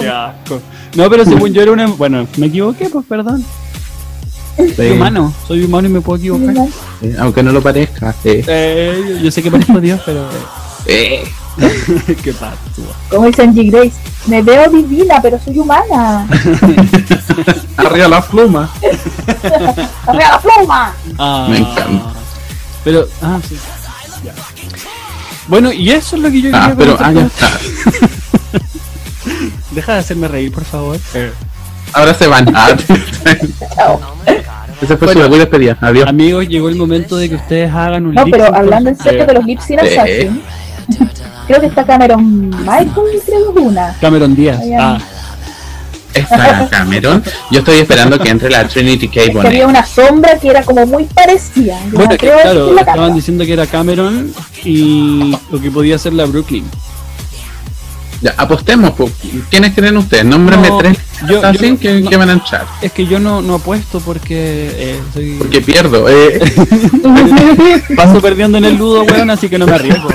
Qué asco. No, pero según yo era una. Bueno, me equivoqué, pues perdón. Soy
Sí.
humano, soy humano y me puedo equivocar.
Eh, Aunque no lo parezca. eh.
Eh, yo sé que parezco Dios, pero.
Eh.
Qué pato.
Como dice Angie Grace, me veo divina, pero soy humana.
Arriba las plumas.
¡Arriba la pluma!
Ah,
Me encanta.
Pero, ah, sí. Ya. Bueno, y eso es lo que yo
Ah,
quería
pero ah, ya
preguntarte.
está.
Deja de hacerme reír, por favor. Eh.
Ahora se van. Ah, Esa fue su buena despedida. Adiós.
Amigos, llegó el momento de que ustedes hagan un
No,
lip
pero
sync por
hablando en
su-
serio de los lip sync
Sí.
assassin, creo que está Cameron Michael, creo que es una.
Cameron Díaz.
Ay,
Ah,
Está Cameron. Yo estoy esperando que entre la Trinity K.
Es que había
Bonet.
una sombra que era como muy parecida. Yo
bueno,
no
que,
creo que
claro,
la
estaban
Cameron.
diciendo que era Cameron y lo que podía ser la Brooklyn.
Ya, apostemos. po. ¿Quiénes creen ustedes? Nómbrame
No,
tres
yo-
así
yo-
que,
no.
que van a entrar.
Es que yo no, no apuesto porque eh, soy-
Porque pierdo. eh.
paso perdiendo en el ludo, weón, así que no me arriesgo.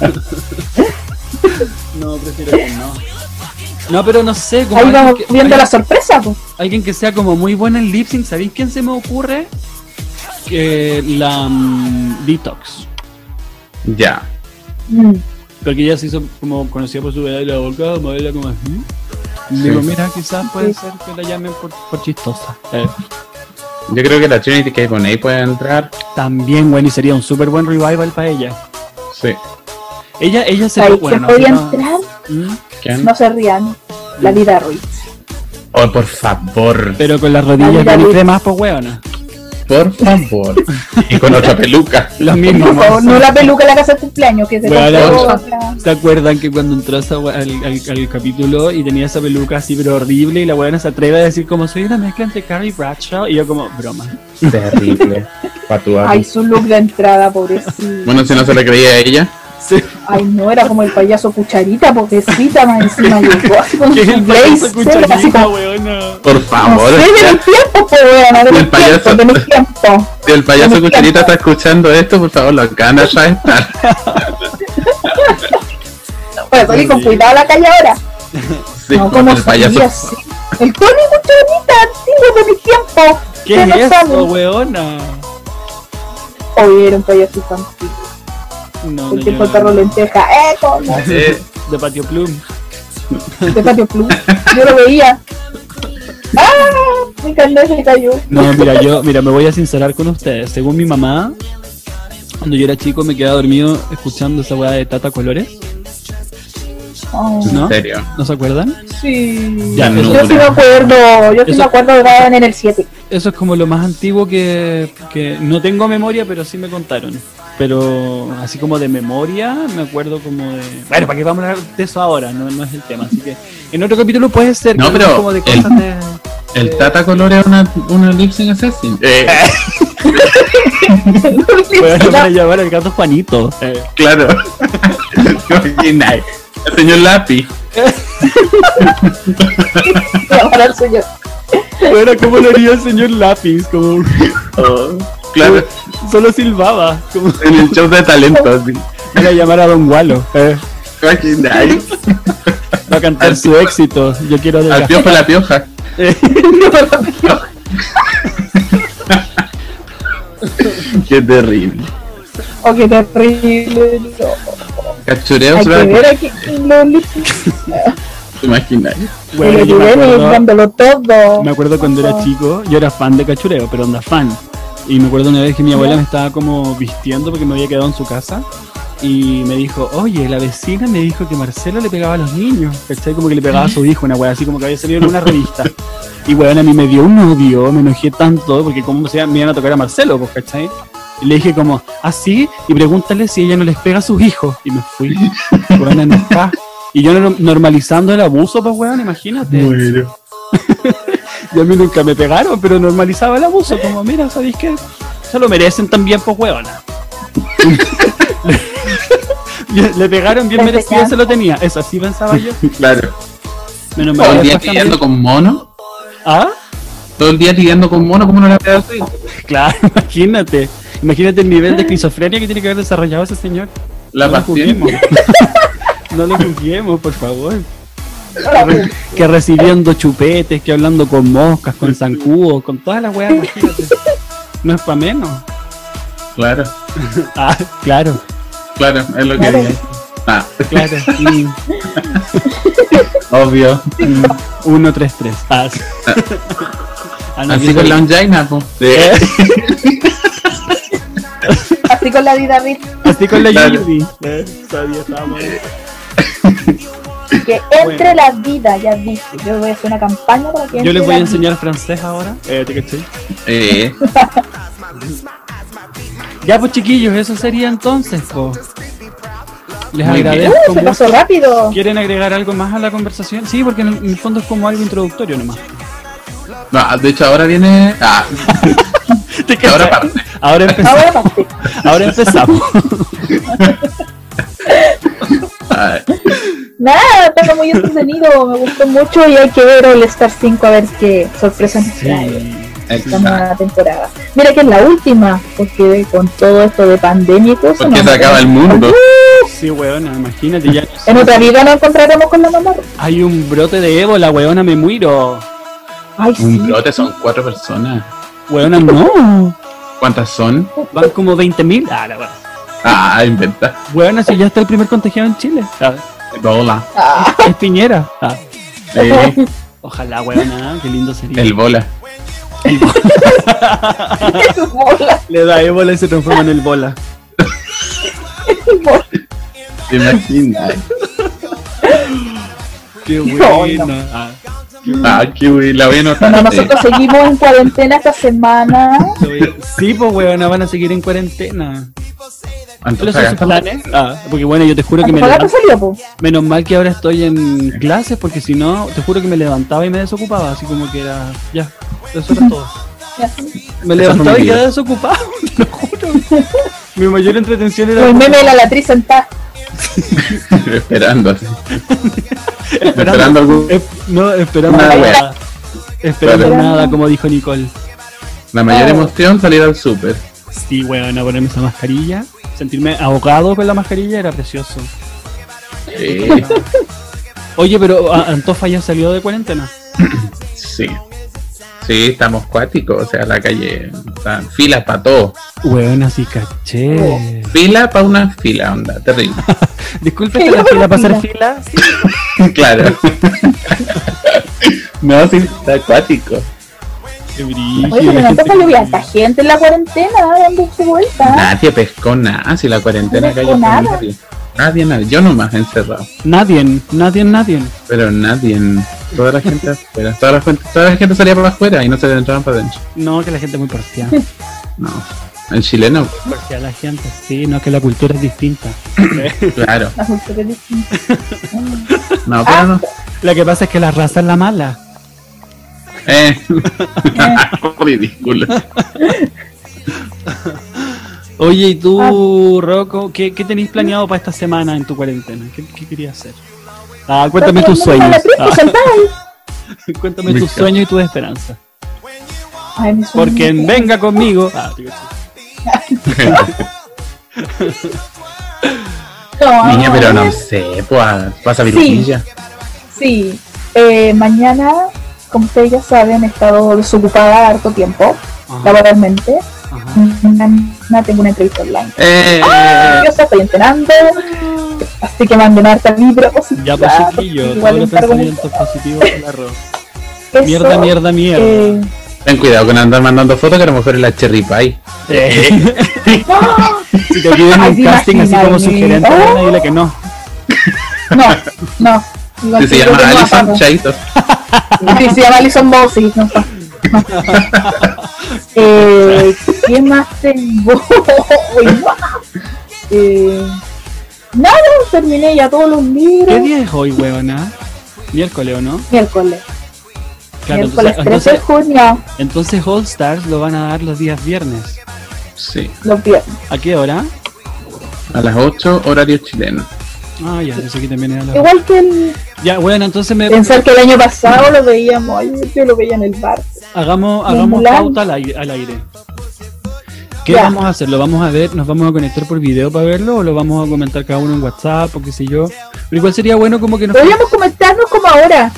pero que no.
No, pero no sé, como
Ahí vamos
alguien, que,
viendo la
alguien-
sorpresa, pues.
alguien que sea como muy buena en lip sync, ¿sabéis quién se me ocurre? Que la mm, Detox.
Ya.
Mm.
Porque ella se hizo como conocida por su baile de la boca, modelo como así. Digo,
Sí.
mira, quizás puede ser que la llamen por, por chistosa. Eh,
Yo creo que la Trinity K. Bonet puede entrar.
también, bueno, y sería un súper buen revival para ella.
Sí.
Ella, ella se
Ahí
bueno,
se podía
no-
entrar,
¿Mm?
¿Quién?
no se rían. La vida Ruiz.
Oh, por favor.
Pero con las rodillas
Anda,
con
Luis.
cremas, pues weona.
Por favor. y con otra peluca.
Los mismos.
Por favor, no la peluca de la casa de cumpleaños que se
Bueno,
compró,
la-
otra.
¿Se acuerdan que cuando entró esa wea- al, al- al capítulo y tenía esa peluca así pero horrible y la weona se atreve a decir como soy una mezcla entre Carrie Bradshaw y yo como broma?
Terrible. Patuado.
Ay, su look de entrada, pobrecito.
Bueno, si no se la creía a ella.
Ay, no, era como el payaso cucharita, pobrecita, más encima llegó así con
¿Qué es
su
el payaso
blazer, así
cucharita,
como...
weona?
Por
No
favor.
sé, de mi tiempo, pues, weón, de
El
mi
payaso.
tiempo, de mi tiempo.
Si el payaso
Como
cucharita
siempre.
está escuchando esto, por favor, lo acaban de estar.
Bueno, salí con cuidado a la calle ahora.
Sí,
no,
como
como
el payaso.
El Tony Cucharita, antiguo de mi tiempo.
¿Qué es
Ustedes no
eso,
saben.
weona?
Hoy era un payaso antiguo.
No, no,
El tipo
yo-
de perro lenteja. ¡Eh, cómo!
Eh,
de Patio Plum.
De Patio Plus. Yo lo veía. ¡Ah! Mi candela se cayó.
No, mira, yo, mira, me voy a sincerar con ustedes. Según mi mamá, cuando yo era chico me quedaba dormido escuchando esa weá de Tata Colores.
Oh,
¿No?
En serio.
¿No se acuerdan?
sí.
Ya,
No,
eso,
Yo sí me acuerdo, yo sí
Eso-
me acuerdo que daban en el 7.
eso es como lo más antiguo que, que no tengo memoria, pero sí me contaron. Pero así como de memoria, me acuerdo como de... Bueno, ¿para qué vamos a hablar de eso ahora? No, no es el tema. Así que en otro capítulo puede ser
No,
que
pero
hablemos como de cosas
el-
de...
El Tata Color es una, una lip sync assassin. Eh,
Bueno, van a llamar al gato Juanito. Eh,
claro. Imagináis. El señor Lapi.
Ahora el señor.
Bueno, ¿cómo lo haría el señor Lápiz? Como...
Oh, claro,
Solo silbaba.
Uh.
Como...
en el show de talentos. así.
Van a llamar a Don Gualo. eh.
Imagináis.
Va a cantar su éxito. Yo quiero
Al
adelgazar.
piojo la pioja.
Eh.
Qué terrible.
Oh, qué terrible. No.
Cachureo
Hay
se
que ver
va
aquí los lipsticks.
a imaginar.
Bueno, yo me acuerdo,
dándolo todo.
me acuerdo cuando era chico, yo era fan de cachureo, pero onda fan. Y me acuerdo una vez que mi abuela me estaba como vistiendo porque me había quedado en su casa. Y me dijo, oye, la vecina me dijo que Marcelo le pegaba a los niños. ¿Cachai? Como que le pegaba a su hijo, una wea, así como que había salido en una revista. Y weón, a mí me dio un odio, me enojé tanto, porque como se me iban a tocar a Marcelo, pues, ¿cachai? Y le dije como, así, y pregúntale si ella no les pega a sus hijos. Y me fui, weón, enojada. Y yo no- normalizando el abuso, pues, weón, imagínate.
Bueno.
Y a mí nunca me pegaron, pero normalizaba el abuso. Como, mira, ¿sabéis qué? Se lo merecen también, pues, huevona. le, le pegaron bien
La
merecido,
enseñanza.
se lo tenía. Eso, así pensaba yo.
Claro.
Menos
Todo
mal.
el día
después
lidiando con mono.
cambié- ¿Ah?
Todo el día lidiando con mono. ¿Cómo no la pegas así?
Claro, imagínate. Imagínate el nivel de esquizofrenia que tiene que haber desarrollado ese señor.
La
no lo
pasé.
juzguemos. no lo juzguemos, por favor.
Hola, pu.
Que recibiendo chupetes, que hablando con moscas, con zancudos, con todas las weas, imagínate. No es para menos.
Claro,
Ah, claro.
claro, es lo que
Claro.
dije. Ah,
Claro.
obvio.
133. Ah, sí. Ah, no,
Así
yo
con
soy-
la angina, po.
Eh,
Así con la vida Ruiz,
Así con la
Claro.
Yubi. Eh, todavía estábamos ahí.
Que entre las vidas, ya dije. Yo voy a hacer una campaña para que
Yo les
entre
voy a
la
enseñar francés ahora. Eh, ¿te caché?
Eh,
Ya pues chiquillos, eso sería entonces. po. Les
Muy bien.
vida.
agradezco
Uh, se pasó
mucho.
rápido.
¿Quieren agregar algo más a la conversación? Sí, porque en el, en el fondo es como algo introductorio nomás.
no, de hecho ahora viene. Ah, ahora parte.
Ahora empezamos.
Ahora parte.
Ahora empezamos.
Ah,
Nada, está muy entretenido. Me gustó mucho y hay que ver el Star 5 a ver qué sorpresa nos trae. la
exacto.
nueva temporada. Mira que es la última, porque con todo esto de pandemia y todo eso,
Porque
no,
se acaba el mundo.
¡Uh!
Sí, weona, imagínate ya.
En otra vida nos encontraremos con la mamá.
Hay un brote de ébola, weona, me muero.
Ay, sí.
Un brote son cuatro personas.
Weona, no.
¿Cuántas son?
Van como 20.000. Ah, la weona.
Ah, inventa.
Weona, si ya está el primer contagiado en Chile. Ah,
Bola.
Ah,
Es Piñera. Ah,
Eh,
ojalá, weona, qué lindo sería.
el bola.
qué bola,
Le da ébola y se transforma en el bola.
qué bola.
¿Te imaginas?
Qué
bueno.
bueno. Ah,
Ah, Kiwi, la voy a anotar.
Bueno, nosotros seguimos en cuarentena esta semana.
soy- sí, pues, weona, van a seguir en cuarentena. ¿Cuáles son sus
Antofagasta.
planes? Ah, porque bueno, yo te juro que me
Antofagasta
levanto.
salió, po.
Menos mal que ahora estoy en clases, porque si no, te juro que me levantaba y me desocupaba, así como que era. Ya, eso era todo. Me
Esa fue
levantaba
mi
y quedaba
vida.
desocupado, te lo juro. Mi mayor entretención era
El meme de la latriz sentada.
Esperando así. Esperando algún-
esp- no, esperando
Una
nada.
wea.
Esperando
Claro.
nada, como dijo Nicole.
La mayor
Oh.
emoción salir al súper.
Sí, weón, a ponerme esa mascarilla. Sentirme ahogado con la mascarilla era precioso.
Eh,
Oye, pero a- Antofa ya salió de cuarentena.
sí. Sí, estamos cuáticos. O sea, la calle. Están filas para todo.
Weón, así caché.
Fila para una fila, onda. Terrible.
Oh. Disculpe, ¿está la fila para hacer fila?
claro. no, sí, está acuático.
Qué brillo,
Oye,
la
se me
gente
antoja que
que-
hubiera tanta gente en la cuarentena dando su vuelta.
Nadie pescó nada. Si la cuarentena
No
cayó
pescó
por
nada.
nadie. Nadie, nadie. Yo nomás encerrado.
Nadie, nadie, nadie.
Pero nadie. Toda la gente afuera. Toda la, gente- toda la gente salía para afuera y no se entraban para adentro.
No, que la gente es muy parcial.
No. El chileno,
Parcial la gente, sí, no, que la cultura es distinta.
claro.
La cultura es distinta.
No, pero no.
Lo que pasa es que la raza es la mala.
Eh. Ridículo.
Oye, ¿y
Ah.
tú, Rocco, qué, qué tenéis planeado para esta semana en tu cuarentena? ¿Qué, qué querías hacer? Ah, cuéntame
Pero
tus
la
sueños.
latriz
Ah,
sentada ahí.
cuéntame
Me
tus
encanta.
sueños y tus esperanzas.
Ay, mi sueño.
Porque en venga conmigo. Ah, digo,
No,
Niña, pero no
ay,
sé, pues vas a
Sí.
Virginia.
Sí, eh, mañana, como ustedes ya saben, he estado desocupada harto tiempo,
Ajá,
laboralmente.
ajá.
Mañana tengo una entrevista online.
Eh,
Yo estoy entrenando, así que manden harta vibra positiva.
Ya, pues chiquillo,
porque
todos
igual
los
encargo
pensamientos positivos en la Rocco.
eso,
Mierda, mierda, mierda.
eh,
ten cuidado con andar mandando fotos que a lo mejor es la Cherry Pie.
Eh,
¡ah!
si te piden
Ay,
un
sí,
casting así como
imagínate.
sugerente,
Oh.
bueno, dile que no.
No, no. Igual
Si se
yo
llama
tengo
Alison
apago.
Chaito.
Sí, se llama Alison Bowsy. No, no. Eh, ¿Qué más tengo? Uy, guau. eh, nada, terminé ya todos los
¿Qué
libros.
día es hoy, huevona? Miércoles, ¿o no?
Miércoles.
Claro,
miércoles
entonces,
13 de
entonces,
junio,
entonces All Stars lo van a dar los días viernes.
Sí,
los viernes.
¿A qué hora?
a las 8, horario chileno.
Ah, ya, yo sé que también era la...
Igual que el,
Ya, bueno, entonces me...
pensar que el año pasado lo veíamos, ay, yo lo veía en el bar.
hagamos,
en
hagamos
Mulan.
pauta al aire. al aire. ¿Qué
Ya.
vamos a hacer? ¿Lo vamos a ver? ¿Nos vamos a conectar por video para verlo? ¿O lo vamos a comentar cada uno en WhatsApp o qué sé yo? Pero igual sería bueno como que nos...
Podríamos comentarnos como ahora,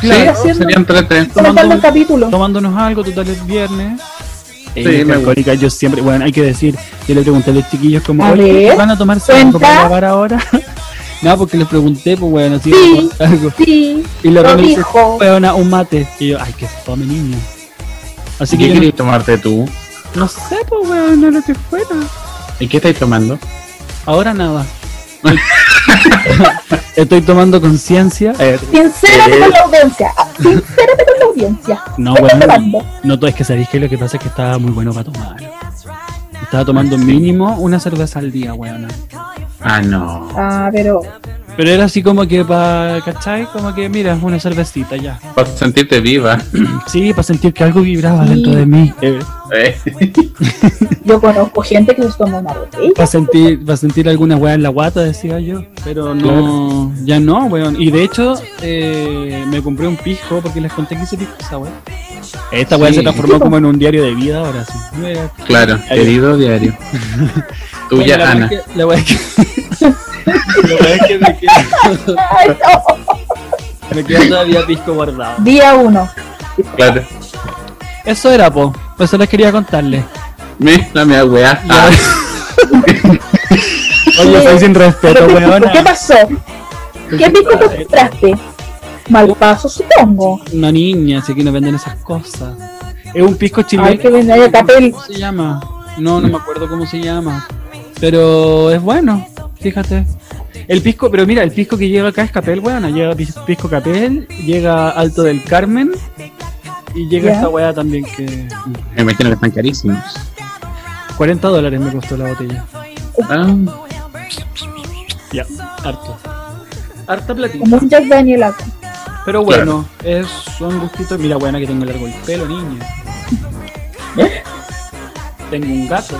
Claro,
sí,
haciendo-
serían 3
comentando el capítulo.
tomándonos algo, total es viernes.
Sí,
Eh,
me
alcohólica, yo siempre, bueno, hay que decir, yo le pregunté a los chiquillos como,
A
"Oye,
ver,
¿van a tomar algo
cuenta.
para grabar ahora? no, porque les pregunté, pues bueno, si
Sí.
iban a tomar algo.
Sí,
Y la
lo
Romy dice,
dijo.
"Weona, un mate. Y yo, ay, que fome niño. Así
¿Qué
que yo
queréis tomarte tú?
no, no sé, pues weón, no lo que fuera.
¿Y qué estáis tomando?
Ahora nada. Estoy tomando conciencia. Eh,
Sincérate con la audiencia. ah, Sincérate con la audiencia.
No,
¿Qué
bueno,
estás tomando?
no, to- es que sabéis que lo que pasa es que estaba muy bueno para tomar. Estaba tomando mínimo una cerveza al día, weón.
Ah, no.
Ah, pero
Pero era así como que para, ¿cachai? Como que, mira, una cervecita ya.
Para sentirte viva.
Sí, para sentir que algo vibraba
Sí.
dentro de mí.
Eh,
yo conozco gente que se toma una botella.
Para sentir, para sentir alguna weá en la guata, decía yo. Pero no, ya no, weón. Y de hecho, eh, me compré un pisco porque les conté que hice pisco esa weá. Esta weá
Sí.
se transformó como en un diario de vida ahora sí. Mira,
claro, querido diario.
Bueno,
Tuya,
la
Ana.
Weá es que, la weá es que- es que me quedo,
Ay, no.
me queda todavía pisco guardado.
Día uno.
Claro.
Eso era, po. Eso les quería contarles.
Me, la mea weá. Ah,
Oye, soy sin respeto,
Pero,
weona.
¿Qué pasó? ¿Qué pico te compraste? Mal paso, supongo.
Una niña, así que no venden esas cosas. Es un pisco chileno.
Ay, que vende ahí acá, pero-
¿Cómo se llama? No, no me acuerdo cómo se llama. Pero es bueno, fíjate. El pisco, pero mira, el pisco que llega acá es Capel, weón. Llega pis- pisco Capel, llega Alto del Carmen y llega
Ya.
esta weá también que...
me imagino que están carísimos.
40 dólares me costó la botella.
Ah,
Ya, harto. Harta platita.
Como un Jack Daniel acá.
Pero bueno, es un gustito. Mira, buena que tengo largo el pelo, niña. Tengo un gato.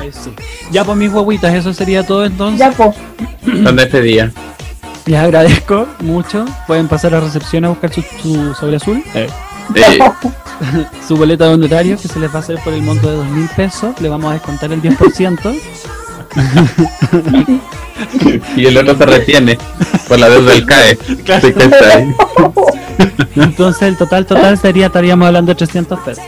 Ahí sí. Ya pues mis guaguitas, eso sería todo entonces.
Ya, po.
son de este día.
Les agradezco mucho. Pueden pasar a recepción a buscar su, su sobre azul,
Eh,
su boleta de honorario que se les va a hacer por el monto de dos mil pesos. Le vamos a descontar el 10%.
y el otro se retiene por la deuda del CAE.
Claro.
Sí, que está ahí.
Entonces el total total sería, estaríamos hablando de 300 pesos.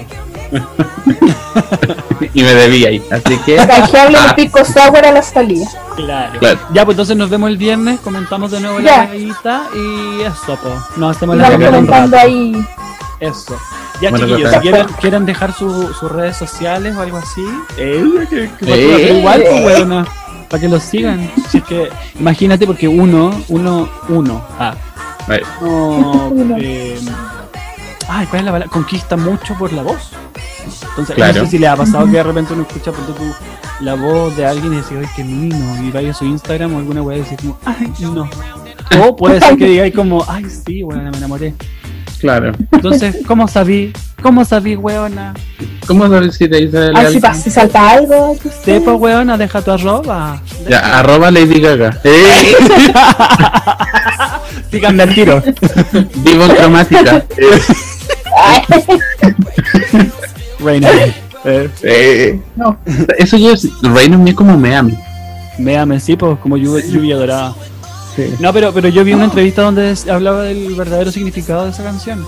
Y me debía ahí. Así que.
Canjeable
Ah.
el pico sour a la salida.
Claro.
Claro.
Ya, pues entonces nos vemos el viernes, comentamos de nuevo la
Ya.
pegadita y eso, pues. Nos hacemos
Y
la
vamos
regalo
pegada un
comentando
rato.
ahí.
Eso. Ya,
Bueno,
chiquillos, si
perfecto.
quieren, quieren dejar su- sus redes sociales o algo así, eh, que- que-
Eh.
pero igual, pues, weona, para que los sigan. Si es que, imagínate, porque uno, uno, uno, ah,
Ay,
no,
Uno.
eh, ay, ¿cuál es la palabra? Conquista mucho por la voz. Entonces, no
Claro.
sé si le ha pasado que de repente uno escucha por tú la voz de alguien y dice, ay, qué lindo, y vaya a su Instagram o alguna weá y dice como, ay, no. O puede ser que digáis como, ay, sí, weona, me enamoré.
Claro.
Entonces, ¿cómo sabí? ¿Cómo sabí, weona?
¿Cómo lo si te dice
A ver si,
el
pasa, si salta algo. yo sé.
Sepa, weona, deja tu arroba.
Ya, arroba Lady Gaga. Eh,
Díganme al tiro.
Vivo en cromática.
Ay,
Reina.
Eh,
no.
eso yo es. Reino mío como Miami.
Me amen, sí, pues como lluv- lluvia dorada. No, pero, pero yo vi una entrevista donde es- hablaba del verdadero significado de esa canción.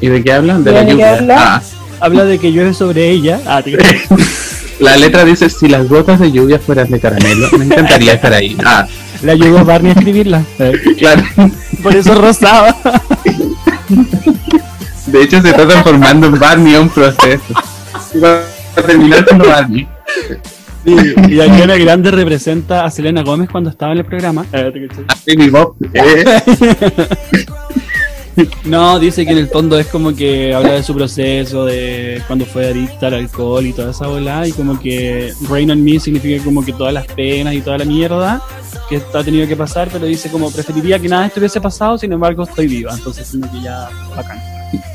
¿Y de qué hablan? De la
¿De qué
lluvia.
hablan?
Ah,
Habla de que llueve sobre ella. Ah, te-
la letra dice: Si las gotas de lluvia fueran de caramelo, me encantaría estar ahí. Ah,
la ayudó Barney a escribirla. Eh,
claro.
Por eso rosaba.
De hecho, se está transformando en Barney un proceso. Va a terminar como Barney.
Y, y Ariana Grande representa a Selena Gómez cuando estaba en el programa.
Ah, Baby Bob. Eh,
No, dice que en el fondo es como que habla de su proceso, de cuando fue adicta al alcohol y toda esa bola, y como que Rain on Me significa como que todas las penas y toda la mierda que está tenido que pasar, pero dice como preferiría que nada estuviese pasado, sin embargo estoy viva, entonces como que ya bacán.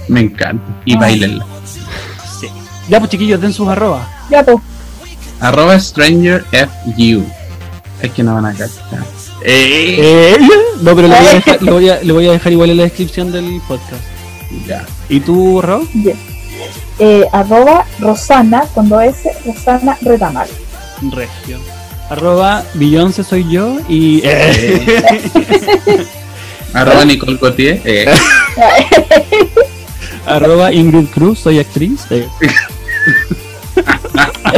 me encanta. Y bailenla.
Sí. Ya pues chiquillos, den sus arrobas.
Ya, po.
Arroba Stranger FU. Es que no van a cachar. Eh,
no, pero lo voy, a dejar, lo voy a- lo voy a dejar igual en la descripción del podcast.
ya.
¿Y tú, Rob?
Ya. Eh, arroba Rosana, con dos S, Rosana Retamal.
Regio. Arroba Beyoncé soy yo y... eh,
eh. Arroba Nicole Cotier. Eh.
Arroba Ingrid Cruz, soy actriz. Eh,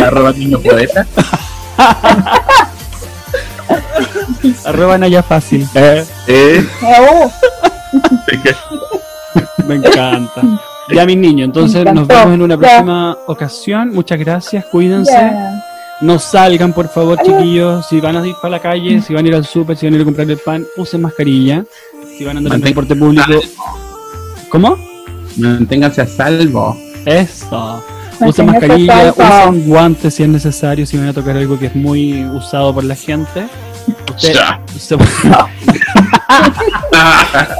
arroba niño poeta.
Arroba Naya Fácil.
Eh,
Oh,
Me encanta. Ya mis niños, entonces
Me
nos
encantó.
vemos en una
Ya.
próxima ocasión. Muchas gracias, cuídense.
ya.
No salgan, por favor,
Adiós. Mm.
chiquillos. Si van a ir para la calle, si van a ir al súper, si van a ir a comprar el pan, usen mascarilla. Si van a andar en
Mantén-
transporte público.
Ah.
¿Cómo?
Manténganse a salvo.
Eso.
Manténganse
Usen mascarilla,
salvo.
usen guantes si es necesario, si van a tocar algo que es muy usado por la gente. Usted-
Ya.
se-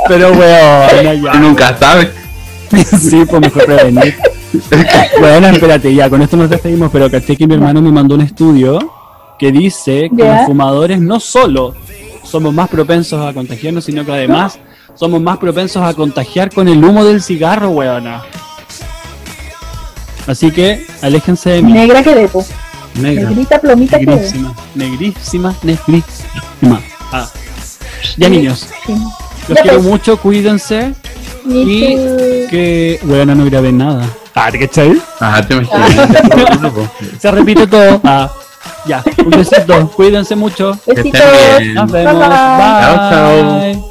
Pero weón, ya.
Tú Nunca sabes.
Sí, pues mejor prevenir. bueno, espérate, ya, con esto nos despedimos, pero caché que mi hermano me mandó un estudio que dice que
Ya.
los fumadores no solo somos más propensos a contagiarnos, sino que además somos más propensos a contagiar con el humo del cigarro, weona. Así que, aléjense de mí.
Negra que depo.
Negra.
Negrita plomita que es.
Negrísima, negrísima, negrísima. Ah. Ya niños, los
Ya,
quiero
pues.
mucho, cuídense. Y que, bueno, no grabé nada. Ah, ¿te cachai?
Ajá, te imaginas.
Se repite todo. Ah, ya, un besito, cuídense mucho.
Que estén
Besitos.
bien.
Nos vemos.
Bye, bye.
Bye.
Chao, chao.